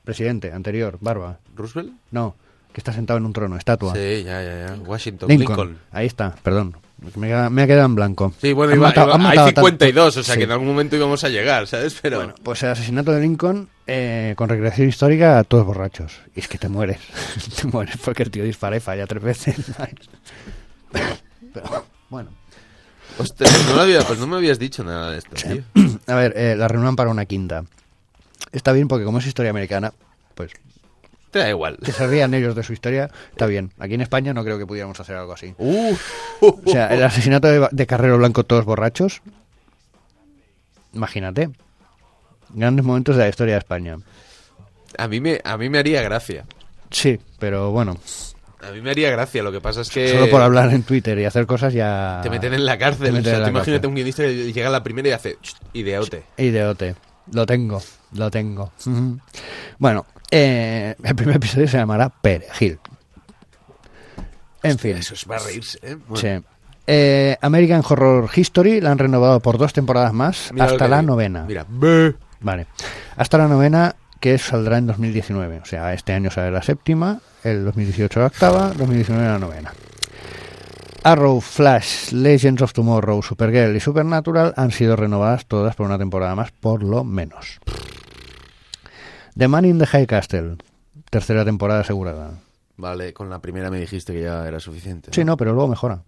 S2: Presidente, anterior, barba.
S1: ¿Roosevelt?
S2: No, que está sentado en un trono, estatua.
S1: Sí, ya, ya, ya. Washington.
S2: Lincoln.
S1: Lincoln.
S2: Ahí está, perdón. Me, queda- me ha quedado en blanco.
S1: Sí, bueno,
S2: Han
S1: iba-
S2: matado-
S1: iba-
S2: han matado
S1: hay
S2: a tanto-
S1: 52, o sea
S2: Sí.
S1: que en algún momento íbamos a llegar, ¿sabes? Pero
S2: Bueno, pues el asesinato de Lincoln eh, con recreación histórica a todos borrachos. Y es que te mueres. te mueres porque el tío dispara y falla tres veces. ¿sabes? Pero, bueno.
S1: Ostras, no lo había- pues no me habías dicho nada de esto, tío.
S2: A ver, eh, la reunión para una quinta. Está bien porque como es historia americana, pues
S1: Te da igual.
S2: que se rían ellos de su historia, está bien. Aquí en España no creo que pudiéramos hacer algo así.
S1: Uh,
S2: O sea, el asesinato de, de Carrero Blanco todos borrachos. Imagínate. Grandes momentos de la historia de España.
S1: a, mí me, a mí me haría gracia.
S2: Sí, pero bueno,
S1: A mí me haría gracia, lo que pasa es que...
S2: solo por hablar en Twitter y hacer cosas ya...
S1: Eh, Te meten en la cárcel.
S2: Te
S1: o
S2: meten
S1: sea,
S2: en
S1: tú
S2: la
S1: imagínate
S2: cárcel.
S1: un guionista que llega a la primera y hace... "Ch, Ideote.
S2: Ideote. Lo tengo, lo tengo. Ujú. Bueno, eh, el primer episodio se llamará Perejil. En fin.
S1: Eso es para reírse, ¿eh? Bueno,
S2: Sí. Eh, American Horror History la han renovado por dos temporadas más
S1: mira lo
S2: hasta
S1: que
S2: la
S1: digo.
S2: novena.
S1: Mira, "Bee".
S2: Vale. Hasta la novena, que saldrá en 2019. O sea, este año sale la séptima, el 2018 la octava, 2019 la novena. Arrow, Flash, Legends of Tomorrow, Supergirl y Supernatural han sido renovadas todas por una temporada más, por lo menos. The Man in the High Castle, tercera temporada asegurada.
S1: Vale, con la primera me dijiste que ya era suficiente.
S2: Sí, no, pero luego mejora.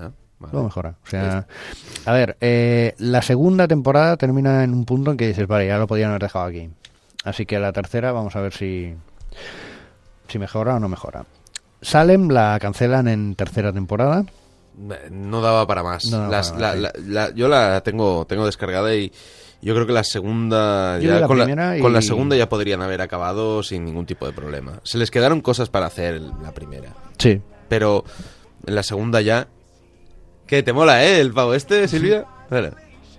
S1: Ah, vale.
S2: Luego mejora. O sea, a ver, eh, la segunda temporada termina en un punto en que dices, vale, ya lo podían haber dejado aquí. Así que la tercera, vamos a ver si, si mejora o no mejora. Salem la cancelan en tercera temporada.
S1: Me- No daba para más.
S2: No daba
S1: Las-
S2: para más,
S1: la- la- la- yo la tengo, tengo descargada y yo creo que la segunda
S2: Yo
S1: ya-
S2: vi la
S1: con,
S2: primera y-
S1: con la segunda ya podrían haber acabado sin ningún tipo de problema. Se les quedaron cosas para hacer en la primera,
S2: Sí.
S1: pero en la segunda ya que te mola, ¿eh? El pavo este, Silvia. Bueno,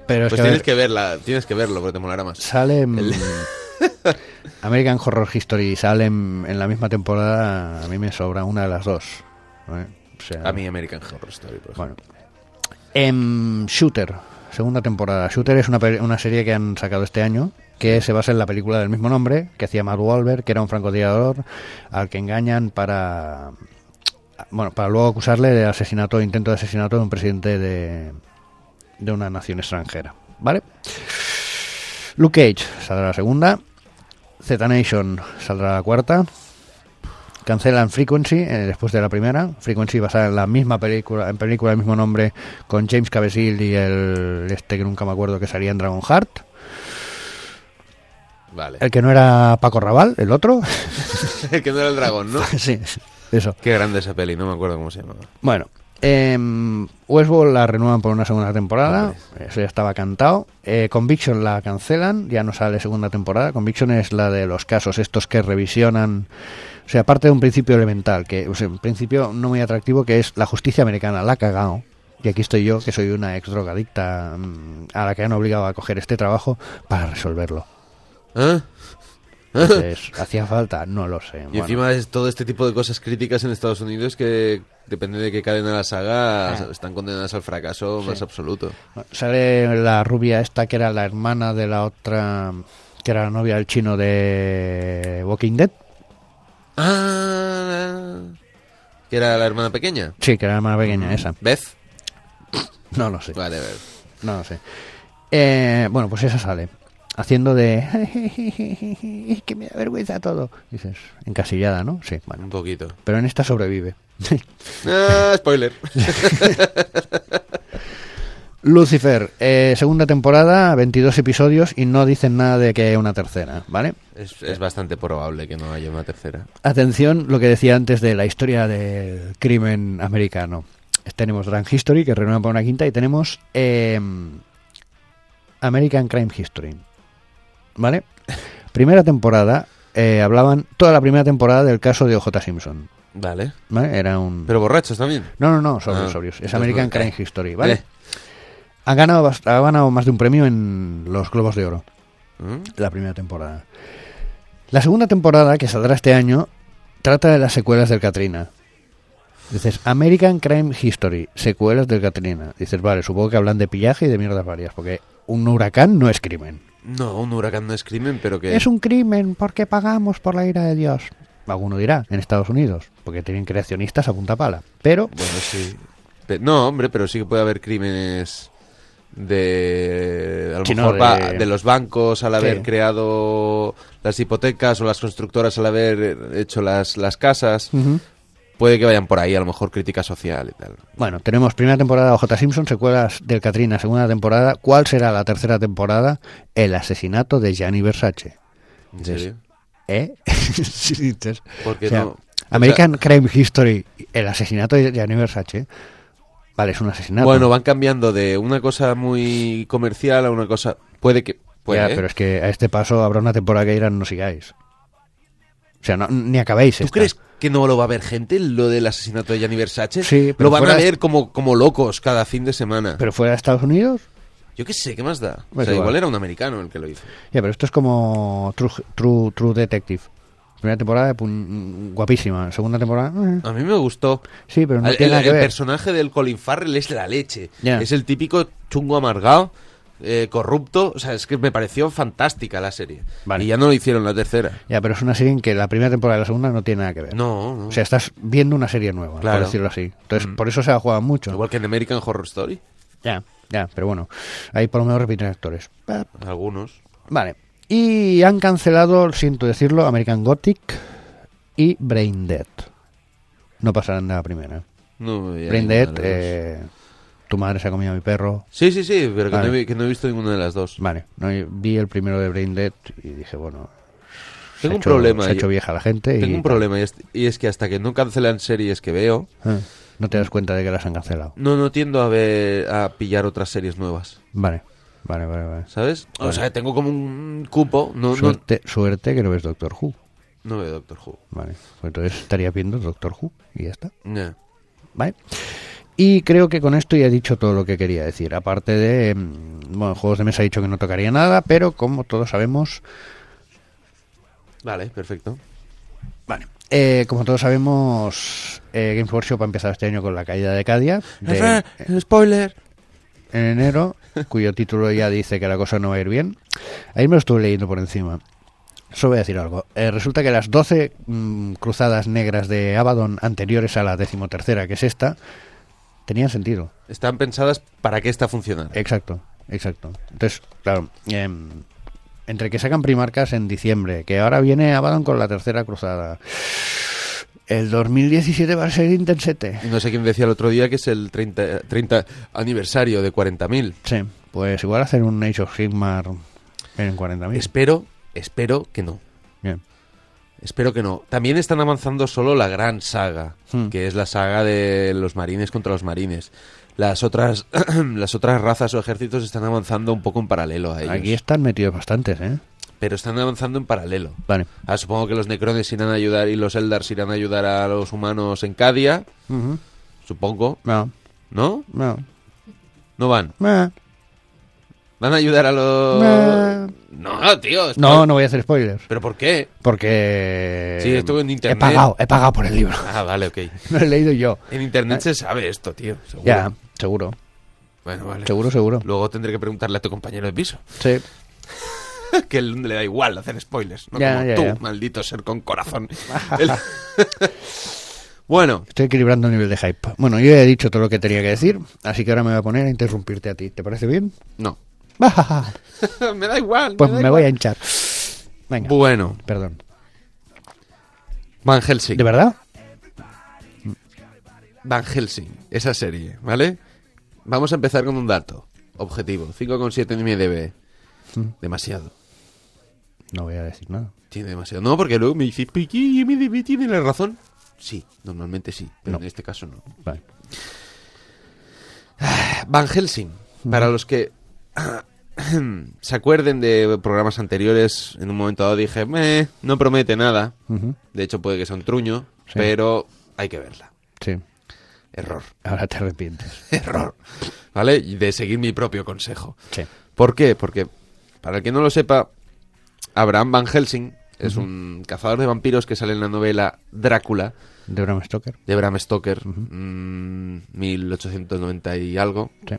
S2: Pero es
S1: pues
S2: que, a
S1: tienes
S2: ver,
S1: que verla, tienes que verlo porque te molará más.
S2: Salem...
S1: El-
S2: American Horror History y Salem en la misma temporada a mí me sobra una de las dos. ¿eh? O sea,
S1: A mí American Horror Story, por ejemplo.
S2: Bueno. Em, Shooter, segunda temporada. Shooter es una, pe- una serie que han sacado este año que se basa en la película del mismo nombre que hacía Matt Wahlberg, que era un francotirador al que engañan para bueno, para luego acusarle de asesinato, intento de asesinato de un presidente de, de una nación extranjera, ¿vale? Luke Cage saldrá la segunda, Z Nation saldrá la cuarta, cancelan Frequency eh, después de la primera. Frequency basada en la misma película, en película del mismo nombre, con James Caviezel y el este que nunca me acuerdo que salía en Dragon Heart.
S1: Vale.
S2: El que no era Paco Raval, el otro.
S1: El que no era el dragón, ¿no?
S2: sí, eso.
S1: Qué grande esa peli, no me acuerdo cómo se llamaba.
S2: Bueno, em, Westworld la renuevan por una segunda temporada. Eso ya estaba cantado. Eh, Conviction la cancelan, ya no sale segunda temporada. Conviction es la de los casos estos que revisionan. O sea, aparte de un principio elemental, que o sea, un principio no muy atractivo, que es la justicia americana, la ha cagao. Y aquí estoy yo, que soy una ex drogadicta mm, a la que han obligado a coger este trabajo para resolverlo.
S1: ¿Eh?
S2: Entonces, ¿hacía falta? No lo sé.
S1: Y
S2: Bueno.
S1: encima es todo este tipo de cosas críticas en Estados Unidos que depende de qué cadena la saga están condenadas al fracaso más absoluto.
S2: Sale la rubia esta que era la hermana de la otra, que era la novia del chino de Walking Dead.
S1: Ah, que era la hermana pequeña.
S2: Sí, que era la hermana pequeña esa.
S1: Beth.
S2: No lo sé,
S1: Vale, a ver.
S2: no lo sé. Eh, bueno, pues esa sale. Haciendo de... Es que me da vergüenza todo. Dices, encasillada, ¿no? Sí, bueno.
S1: Un poquito.
S2: Pero en esta sobrevive.
S1: Ah, spoiler.
S2: Lucifer, eh, segunda temporada, 22 episodios y no dicen nada de que haya una tercera, ¿vale?
S1: Es, es bastante probable que no haya una tercera.
S2: Atención lo que decía antes de la historia del crimen americano. Tenemos Grand History, que renueva para una quinta, y tenemos eh, American Crime History. ¿Vale? Primera temporada, eh, hablaban toda la primera temporada del caso de OJ Simpson.
S1: Vale.
S2: ¿Vale? Era un...
S1: Pero borrachos también.
S2: No, no, no, sobrios,
S1: Ah.
S2: sobrios. Es
S1: No,
S2: American
S1: no,
S2: Crime
S1: eh.
S2: History, ¿vale?
S1: Eh.
S2: Han ganado, bast- ha ganado más de un premio en los Globos de Oro,
S1: ¿Mm?
S2: la primera temporada. La segunda temporada, que saldrá este año, trata de las secuelas del Katrina. Dices, American Crime History, secuelas del Katrina. Dices, vale, supongo que hablan de pillaje y de mierdas varias, porque un huracán no es crimen.
S1: No, un huracán no es crimen, pero que...
S2: Es un crimen porque pagamos por la ira de Dios. Alguno dirá, en Estados Unidos, porque tienen creacionistas a punta pala. Pero
S1: Bueno, sí. Pe- No, hombre, pero sí que puede haber crímenes de a lo
S2: Sí, no,
S1: mejor
S2: de-
S1: va- de... los bancos al haber
S2: Sí.
S1: creado las hipotecas o las constructoras al haber hecho las, las casas.
S2: Ujú.
S1: Puede que vayan por ahí, a lo mejor crítica social y tal.
S2: Bueno, tenemos primera temporada OJ Simpson, secuelas del Katrina, segunda temporada. ¿Cuál será la tercera temporada? El asesinato de Gianni Versace.
S1: ¿En serio?
S2: ¿Eh? Sí, dices.
S1: ¿Por qué
S2: O sea,
S1: no?
S2: American Crime History, el asesinato de Gianni Versace. Vale, es un asesinato.
S1: Bueno, van cambiando de una cosa muy comercial a una cosa... Puede que... Puede,
S2: Ya,
S1: ¿eh?
S2: pero es que a este paso habrá una temporada que irán no sigáis. O sea, no- ni acabéis.
S1: ¿Tú
S2: esta.
S1: crees que no lo va a ver gente, lo del asesinato de Gianni Versace?
S2: Sí, pero
S1: Lo van
S2: fuera-
S1: a ver como, como locos cada fin de semana.
S2: ¿Pero fuera de Estados Unidos?
S1: Yo qué sé, ¿qué más da? o
S2: Pues
S1: sea,
S2: igual.
S1: igual. era un americano el que lo hizo.
S2: Ya, pero esto es como True, True, True Detective. Primera temporada, pum, guapísima. Segunda temporada, eh.
S1: A mí me gustó.
S2: Sí, pero no
S1: el,
S2: tiene nada
S1: el-
S2: que
S1: el
S2: ver.
S1: personaje del Colin Farrell es la leche.
S2: Ya.
S1: Es el típico chungo amargado, eh, corrupto. O sea, es que me pareció fantástica la serie.
S2: Vale.
S1: Y ya no lo hicieron la tercera.
S2: Ya, pero es una serie en que la primera temporada y la segunda no tiene nada que ver.
S1: No, no.
S2: O sea, estás viendo una serie nueva,
S1: Claro. Mm.
S2: por decirlo así. Entonces, por eso se ha jugado mucho.
S1: igual que en American Horror Story.
S2: Ya, ya, pero bueno. Ahí por lo menos repiten actores. Ah,
S1: Algunos.
S2: Vale. Y han cancelado, siento decirlo, American Gothic y Brain Dead. No pasarán de la primera.
S1: No, ya
S2: Brain
S1: ninguna de
S2: Dead,
S1: las dos.
S2: eh, tu madre se ha comido a mi perro.
S1: Sí, sí, sí, pero que,
S2: Vale.
S1: no he, vi- que no he visto ninguna de las dos.
S2: Vale, no, yo vi el primero de Brain Dead y dije, bueno. se
S1: Tengo
S2: ha
S1: un
S2: hecho-
S1: problema.
S2: Se ha
S1: yo-
S2: hecho vieja la gente. y,
S1: Tengo un problema y es, y es que hasta que no cancelan series que veo,
S2: Ah, no te das cuenta de que las han cancelado.
S1: no, no tiendo a ver a pillar otras series nuevas.
S2: Vale, vale, vale. vale.
S1: ¿Sabes? O sea, tengo como un cupo. No, no,
S2: Suerte, suerte que no ves Doctor Who.
S1: no veo Doctor Who.
S2: Vale, pues entonces estaría viendo Doctor Who y ya está.
S1: Ya.
S2: Vale. Y creo que con esto ya he dicho todo lo que quería decir. Aparte de. mm, Bueno, Juegos de Mesa he dicho que no tocaría nada, pero como todos sabemos.
S1: Vale, perfecto.
S2: Vale. eh, como todos sabemos, eh, Games Workshop ha empezado este año con la caída de Cadia. de-
S1: eh. spoiler.
S2: en enero, cuyo título ya dice que la cosa no va a ir bien. Ahí me lo estuve leyendo por encima. Solo voy a decir algo. Eh, resulta que las 12 mm, cruzadas negras de Abaddon anteriores a la decimotercera, que es esta, tenían sentido.
S1: Están pensadas para que esta funcione.
S2: Exacto, exacto. Entonces, claro, em, entre que sacan primarcas en diciembre, que ahora viene Abaddon con la tercera cruzada. El 2017 va a ser Intensete.
S1: Y no sé quién decía el otro día que es el 30, 30 aniversario de 40.000.
S2: Sí, pues igual hacer un Age of Sigmar en 40.000.
S1: Espero, espero que no.
S2: Bien.
S1: Espero que no. También están avanzando solo la gran saga,
S2: Hmm.
S1: que es la saga de los marines contra los marines. Las otras, las otras razas o ejércitos están avanzando un poco en paralelo a ellos.
S2: Aquí están metidos bastantes, ¿eh?
S1: Pero están avanzando en paralelo.
S2: Vale.
S1: Ah, supongo que los necrones irán a ayudar y los eldars irán a ayudar a los humanos en Cadia. Supongo.
S2: No,
S1: ¿No?
S2: no.
S1: No van.
S2: no.
S1: Van a ayudar a los... No, tío. esto-
S2: No, no voy a hacer spoilers.
S1: ¿Pero por qué?
S2: Porque.
S1: Sí, estuvo en internet.
S2: He pagado, he pagado por el libro.
S1: Ah, vale, ok.
S2: Lo he leído yo.
S1: En internet se sabe esto, tío. Seguro.
S2: Ya, seguro.
S1: Bueno, vale.
S2: Seguro, seguro.
S1: Luego tendré que preguntarle a tu compañero de piso.
S2: Sí.
S1: que él le da igual hacer spoilers. No
S2: Ya,
S1: como
S2: ya,
S1: tú,
S2: ya.
S1: maldito ser con corazón. Él- bueno,
S2: Estoy equilibrando el nivel de hype. Bueno, yo ya he dicho todo lo que tenía que decir, así que ahora me voy a poner a interrumpirte a ti. ¿Te parece bien?
S1: no.
S2: pues
S1: me da igual. da
S2: me voy a
S1: igual.
S2: hinchar. Venga.
S1: Bueno,
S2: Perdón.
S1: Van Helsing.
S2: ¿De verdad?
S1: Van Helsing, esa serie, ¿vale? Vamos a empezar con un dato. objetivo. 5,7 en IMDB.
S2: Mm.
S1: Demasiado.
S2: No voy a decir nada.
S1: Tiene demasiado. No, porque luego me dices, "Pero ¿qué? IMDB tiene la razón? Sí, normalmente sí, pero
S2: No.
S1: en este caso no.
S2: Vale.
S1: Van Helsing,
S2: Mm.
S1: para los que se acuerden de programas anteriores, en un momento dado dije, "Meh, no promete nada.
S2: Ujú.
S1: De hecho, puede que sea un truño,
S2: Sí.
S1: pero hay que verla.
S2: Sí.
S1: Error,
S2: Ahora te arrepientes.
S1: error. ¿Vale? Y De seguir mi propio consejo.
S2: Sí.
S1: ¿Por qué? Porque, para el que no lo sepa, Abraham Van Helsing es un cazador de vampiros que sale en la novela Drácula
S2: De Bram Stoker.
S1: de Bram Stoker, mm, 1890 y algo,
S2: Sí.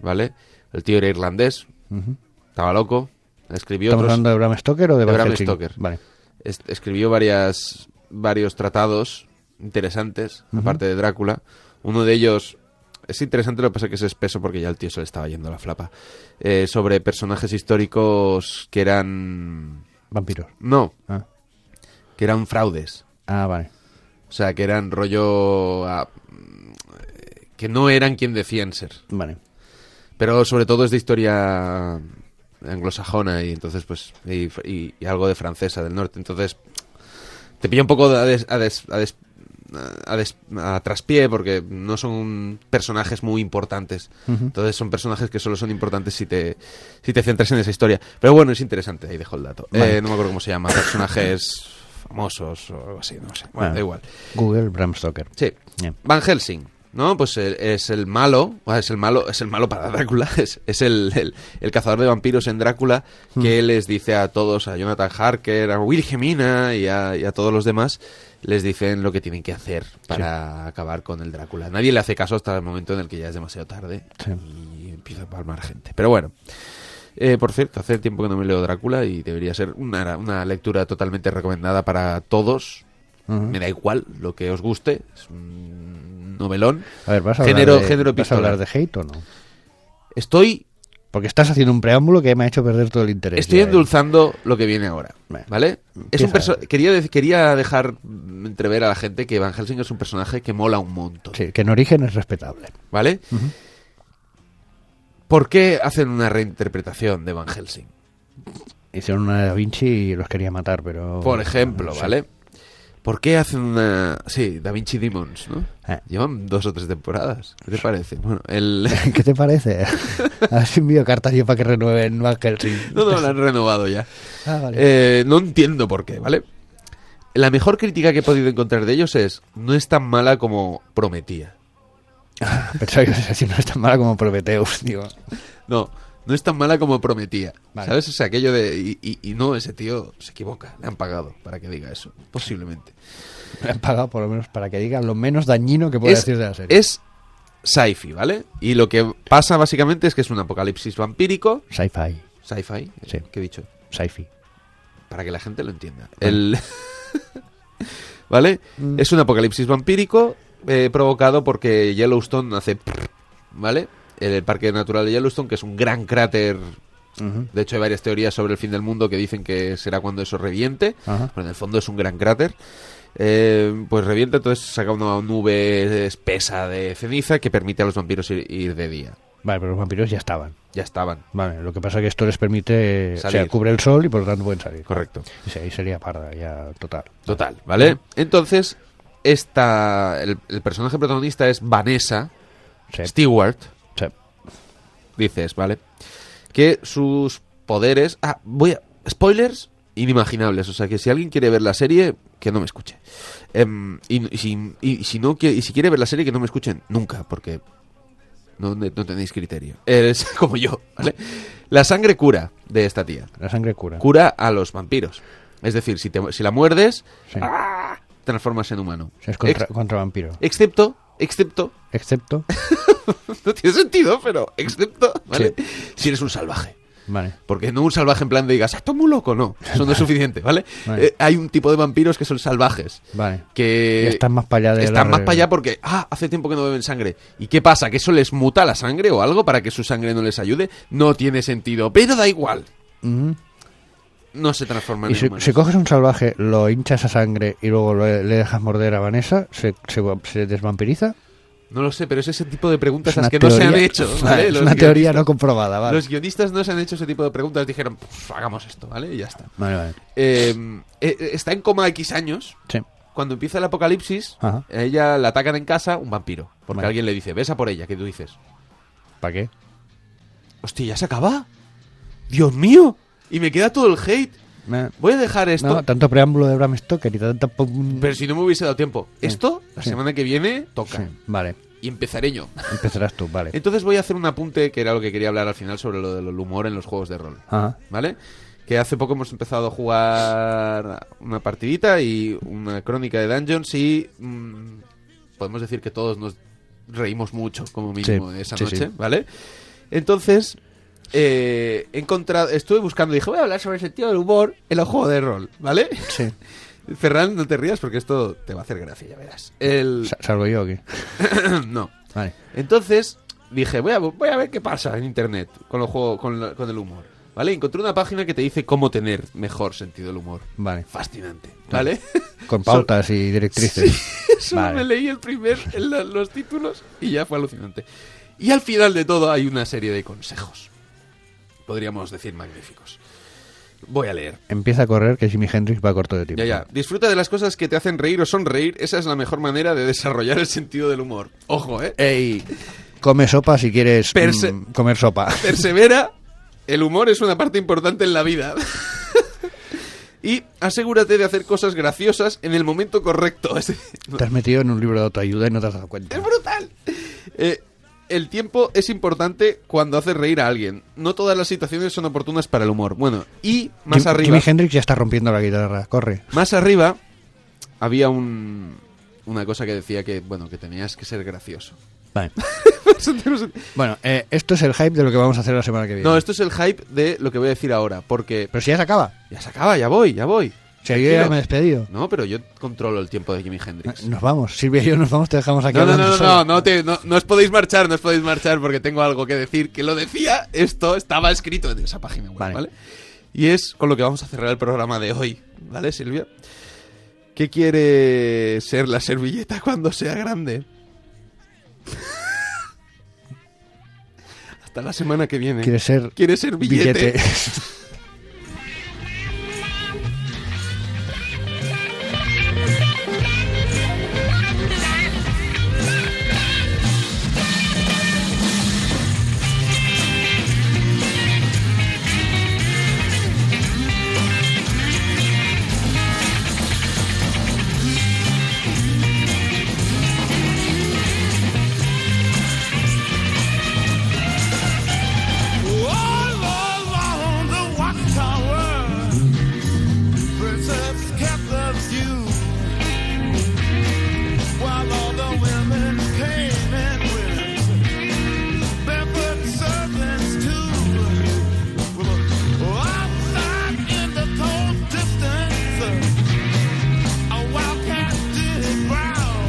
S1: ¿vale? El tío era irlandés,
S2: Ujú.
S1: estaba loco, escribió
S2: ¿Estamos
S1: otros-
S2: hablando de Bram Stoker o de,
S1: de
S2: Van
S1: Bram
S2: Helsing?
S1: Stoker.
S2: Vale.
S1: es- escribió varias, varios tratados interesantes, aparte de Drácula. Uno de ellos es interesante, lo que pasa es que es espeso porque ya el tío se le estaba yendo la flapa. eh, sobre personajes históricos que eran...
S2: Vampiros.
S1: No,
S2: Ah,
S1: que eran fraudes.
S2: Ah, vale.
S1: O sea, que eran rollo... ah, mm, eh, que no eran quien decían ser.
S2: Vale.
S1: Pero sobre todo es de historia anglosajona y entonces pues y, y- y algo de francesa del norte. Entonces te pilla un poco de- a, des- a des- a des- a des- a traspié porque no son personajes muy importantes. Entonces son personajes que solo son importantes si te, si te centras en esa historia. Pero bueno, es interesante, ahí dejo el dato.
S2: Vale.
S1: Eh, no me acuerdo cómo se llama, personajes famosos o algo así, no sé. Bueno,
S2: Ah.
S1: da igual.
S2: Google Bram Stoker.
S1: Sí.
S2: Bien.
S1: Van Helsing, ¿no? Pues eh, es el malo, ah, es el malo, es el malo para Drácula, es, es el, el- el cazador de vampiros en Drácula que les dice a todos, a Jonathan Harker, a Wilhelmina y a, y a todos los demás, les dicen lo que tienen que hacer para acabar con el Drácula. Nadie le hace caso hasta el momento en el que ya es demasiado tarde
S2: Sí.
S1: y empieza a palmar gente. Pero bueno. Eh, por cierto, hace tiempo que no me leo Drácula y debería ser una, una lectura totalmente recomendada para todos,
S2: Ujú.
S1: me da igual lo que os guste. Es un novelón.
S2: A ver, ¿vas a,
S1: Género-
S2: hablar de,
S1: género
S2: ¿vas a hablar
S1: epistolar.
S2: de hate o no?
S1: Estoy,
S2: Porque estás haciendo un preámbulo que me ha hecho perder todo el interés.
S1: estoy
S2: ya, ¿eh?
S1: endulzando lo que viene ahora.
S2: Bueno,
S1: ¿Vale? Es un
S2: empieza.
S1: perso- quería, dec- quería dejar mm, entrever a la gente que Van Helsing es un personaje que mola un montón.
S2: Sí, que en origen es respetable.
S1: ¿Vale? ¿Por qué hacen una reinterpretación de Van Helsing?
S2: Hicieron una de Da Vinci y los quería matar, pero...
S1: Por ejemplo,
S2: Sí.
S1: ¿vale? ¿Por qué hacen una... Sí, Da Vinci Demons, ¿no?
S2: Eh.
S1: Llevan dos o tres temporadas. ¿Qué te parece? Bueno, el...
S2: ¿Qué te parece? Has enviado cartas yo para que renueven Van Helsing.
S1: no, no, lo han renovado ya.
S2: Ah, vale.
S1: Eh, no entiendo por qué, ¿vale? La mejor crítica que he podido encontrar de ellos es no es tan mala como prometía.
S2: Pensaba que ibas a decir, no es tan mala como Prometheus, digo.
S1: No, no es tan mala como prometía.
S2: Vale.
S1: ¿Sabes? O sea, aquello de... Y, y- y no, ese tío se equivoca. Le han pagado para que diga eso. Posiblemente.
S2: Me han pagado por lo menos para que digan lo menos dañino que pueda
S1: es,
S2: decir de la serie.
S1: Es sci-fi, ¿vale? Y lo que pasa básicamente es que es un apocalipsis vampírico.
S2: Sci-fi.
S1: Sci-fi.
S2: Sí.
S1: ¿Qué he dicho?
S2: Sci-fi.
S1: para que la gente lo entienda. El... ¿Vale? Es un apocalipsis vampírico eh, provocado porque Yellowstone hace... prrr, ¿Vale? El parque natural de Yellowstone, que es un gran cráter...
S2: Ujú.
S1: De hecho, hay varias teorías sobre el fin del mundo que dicen que será cuando eso reviente.
S2: Ajá.
S1: Pero en el fondo es un gran cráter. Eh, pues revienta, entonces saca una nube espesa de ceniza que permite a los vampiros ir, ir de día.
S2: Vale, pero los vampiros ya estaban.
S1: Ya estaban.
S2: Vale, lo que pasa es que esto les permite... O sea,
S1: Salir.
S2: cubre el sol y por lo tanto pueden salir.
S1: Correcto.
S2: Y sí, ahí sería parda, ya, total.
S1: Total, ¿vale? Entonces, esta, el, el personaje protagonista es Vanessa
S2: Sí,
S1: Stewart,
S2: sí.
S1: dices, ¿vale? Que sus poderes... Ah, voy a... Spoilers inimaginables, o sea que si alguien quiere ver la serie, que no me escuche. Em, y, y si, y si no, que, y si quiere ver la serie, que no me escuchen nunca, porque no, no tenéis criterio. Es como yo, ¿vale? La sangre cura de esta tía.
S2: La sangre cura.
S1: Cura a los vampiros. Es decir, si, te- si la muerdes,
S2: Sí.
S1: transformas en humano.
S2: O sea, es contra,
S1: Ah, Ex-
S2: contra vampiro.
S1: excepto, excepto,
S2: Excepto...
S1: no tiene sentido, pero excepto, ¿vale?
S2: Sí.
S1: Si eres un salvaje.
S2: Vale.
S1: Porque no un salvaje en plan de digas, "Ah, esto es muy loco, no. Eso no es suficiente, ¿vale?
S2: Vale.
S1: Eh, hay un tipo de vampiros que son salvajes.
S2: Vale.
S1: Que
S2: Y están más pa' allá de la
S1: Están Eh, más
S2: re-
S1: para allá porque, ah, hace tiempo que no beben sangre. ¿Y qué pasa? ¿Que eso les muta la sangre o algo para que su sangre no les ayude? No tiene sentido, pero da igual.
S2: Ujú.
S1: No se transforman
S2: Y
S1: en
S2: si,
S1: humanos.
S2: si coges un salvaje, lo hinchas a sangre y luego lo- le dejas morder a Vanessa, ¿se, se, se desvampiriza?
S1: No lo sé, pero es ese tipo de preguntas
S2: Es
S1: las
S2: una
S1: que no se han
S2: teoría-
S1: hecho.
S2: Vale,
S1: ¿vale?
S2: es
S1: Los
S2: una
S1: guionistas-
S2: teoría no comprobada, vale.
S1: Los guionistas no se han hecho ese tipo de preguntas. Dijeron, "Pues, hagamos esto, ¿vale? Y ya está.
S2: Vale, vale.
S1: Eh, eh, está en coma X años.
S2: Sí.
S1: Cuando empieza el apocalipsis,
S2: Ajá.
S1: a ella la atacan en casa un vampiro. Porque
S2: Vale.
S1: alguien le dice, besa por ella, que tú dices,
S2: ¿Para qué?
S1: hostia, ya se acaba. Dios mío. Y me queda todo el hate.
S2: Me-
S1: Voy a dejar esto.
S2: No, tanto preámbulo de Bram Stoker y tanta... pum-
S1: Pero si no me hubiese dado tiempo.
S2: Sí.
S1: Esto, la
S2: Sí.
S1: semana que viene, toca.
S2: Sí, vale,
S1: Y empezaré yo.
S2: empezarás tú, vale.
S1: Entonces voy a hacer un apunte, que era lo que quería hablar al final, sobre lo del humor en los juegos de rol.
S2: Ajá.
S1: ¿Vale? Que hace poco hemos empezado a jugar una partidita y una crónica de dungeons y mm, podemos decir que todos nos reímos mucho, como mínimo,
S2: Sí,
S1: esa
S2: sí,
S1: noche,
S2: sí.
S1: ¿vale? Entonces, eh, he encontrado, estuve buscando, dije, voy a hablar sobre el sentido del humor en los juegos de rol, ¿vale?
S2: Sí.
S1: Ferran, no te rías porque esto te va a hacer gracia, ya verás. El...
S2: Sa- Salvo yo aquí.
S1: no.
S2: Vale.
S1: Entonces dije, voy a, voy a ver qué pasa en internet con, los juegos, con, la- con el humor. ¿Vale? Encontré una página que te dice cómo tener mejor sentido del humor.
S2: Vale.
S1: Fascinante. ¿Vale?
S2: Con pautas y directrices.
S1: Solo
S2: Vale.
S1: me leí el primer, el- los títulos y ya fue alucinante. Y al final de todo hay una serie de consejos. Podríamos decir magníficos. Voy a leer.
S2: Empieza a correr que Jimi Hendrix va corto de tiempo.
S1: Ya, ya. Disfruta de las cosas que te hacen reír o sonreír. Esa es la mejor manera de desarrollar el sentido del humor. Ojo, ¿eh?
S2: Ey, come sopa si quieres
S1: Perse-
S2: mm, comer sopa.
S1: Persevera. El humor es una parte importante en la vida. y asegúrate de hacer cosas graciosas en el momento correcto. Es,
S2: Te has metido en un libro de autoayuda y no te has dado cuenta.
S1: es brutal. Eh, el tiempo es importante cuando haces reír a alguien. No todas las situaciones son oportunas para el humor. Bueno, y más
S2: Jim-
S1: arriba.
S2: Jimi Hendrix ya está rompiendo la guitarra. Corre.
S1: Más arriba había un, una cosa que decía que, bueno, que tenías que ser gracioso.
S2: Vale. Bueno, eh, esto es el hype de lo que vamos a hacer la semana que viene.
S1: no, esto es el hype de lo que voy a decir ahora, porque...
S2: Pero si ya se acaba.
S1: Ya se acaba, ya voy, ya voy.
S2: Si yo ya
S1: Tranquilo.
S2: me he despedido.
S1: No, pero yo controlo el tiempo de Jimi Hendrix.
S2: Nos vamos. Silvia y yo nos vamos, te dejamos aquí.
S1: No, no, no,
S2: hablando
S1: no,
S2: solo.
S1: no, no, te- no- no os podéis marchar, no os podéis marchar porque tengo algo que decir que lo decía, esto estaba escrito en esa página web,
S2: Vale.
S1: ¿vale? Y es con lo que vamos a cerrar el programa de hoy, ¿vale, Silvia? ¿Qué quiere ser la servilleta cuando sea grande? Hasta la semana que viene.
S2: Quiere ser
S1: ¿Quiere ser billete?
S2: billete.
S3: All along the watchtower, preserves kept the view. While all the women came and went, barefoot servants too. Well, outside in the cold distance, a wildcat did growl.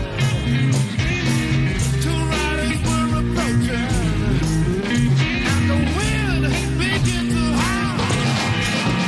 S3: Two riders were approaching. And the wind began to howl.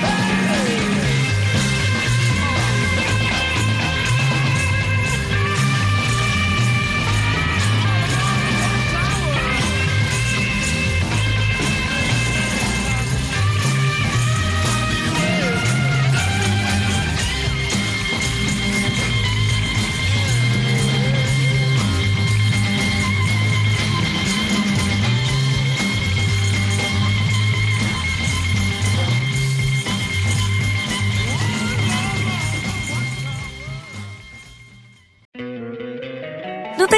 S4: ¿No te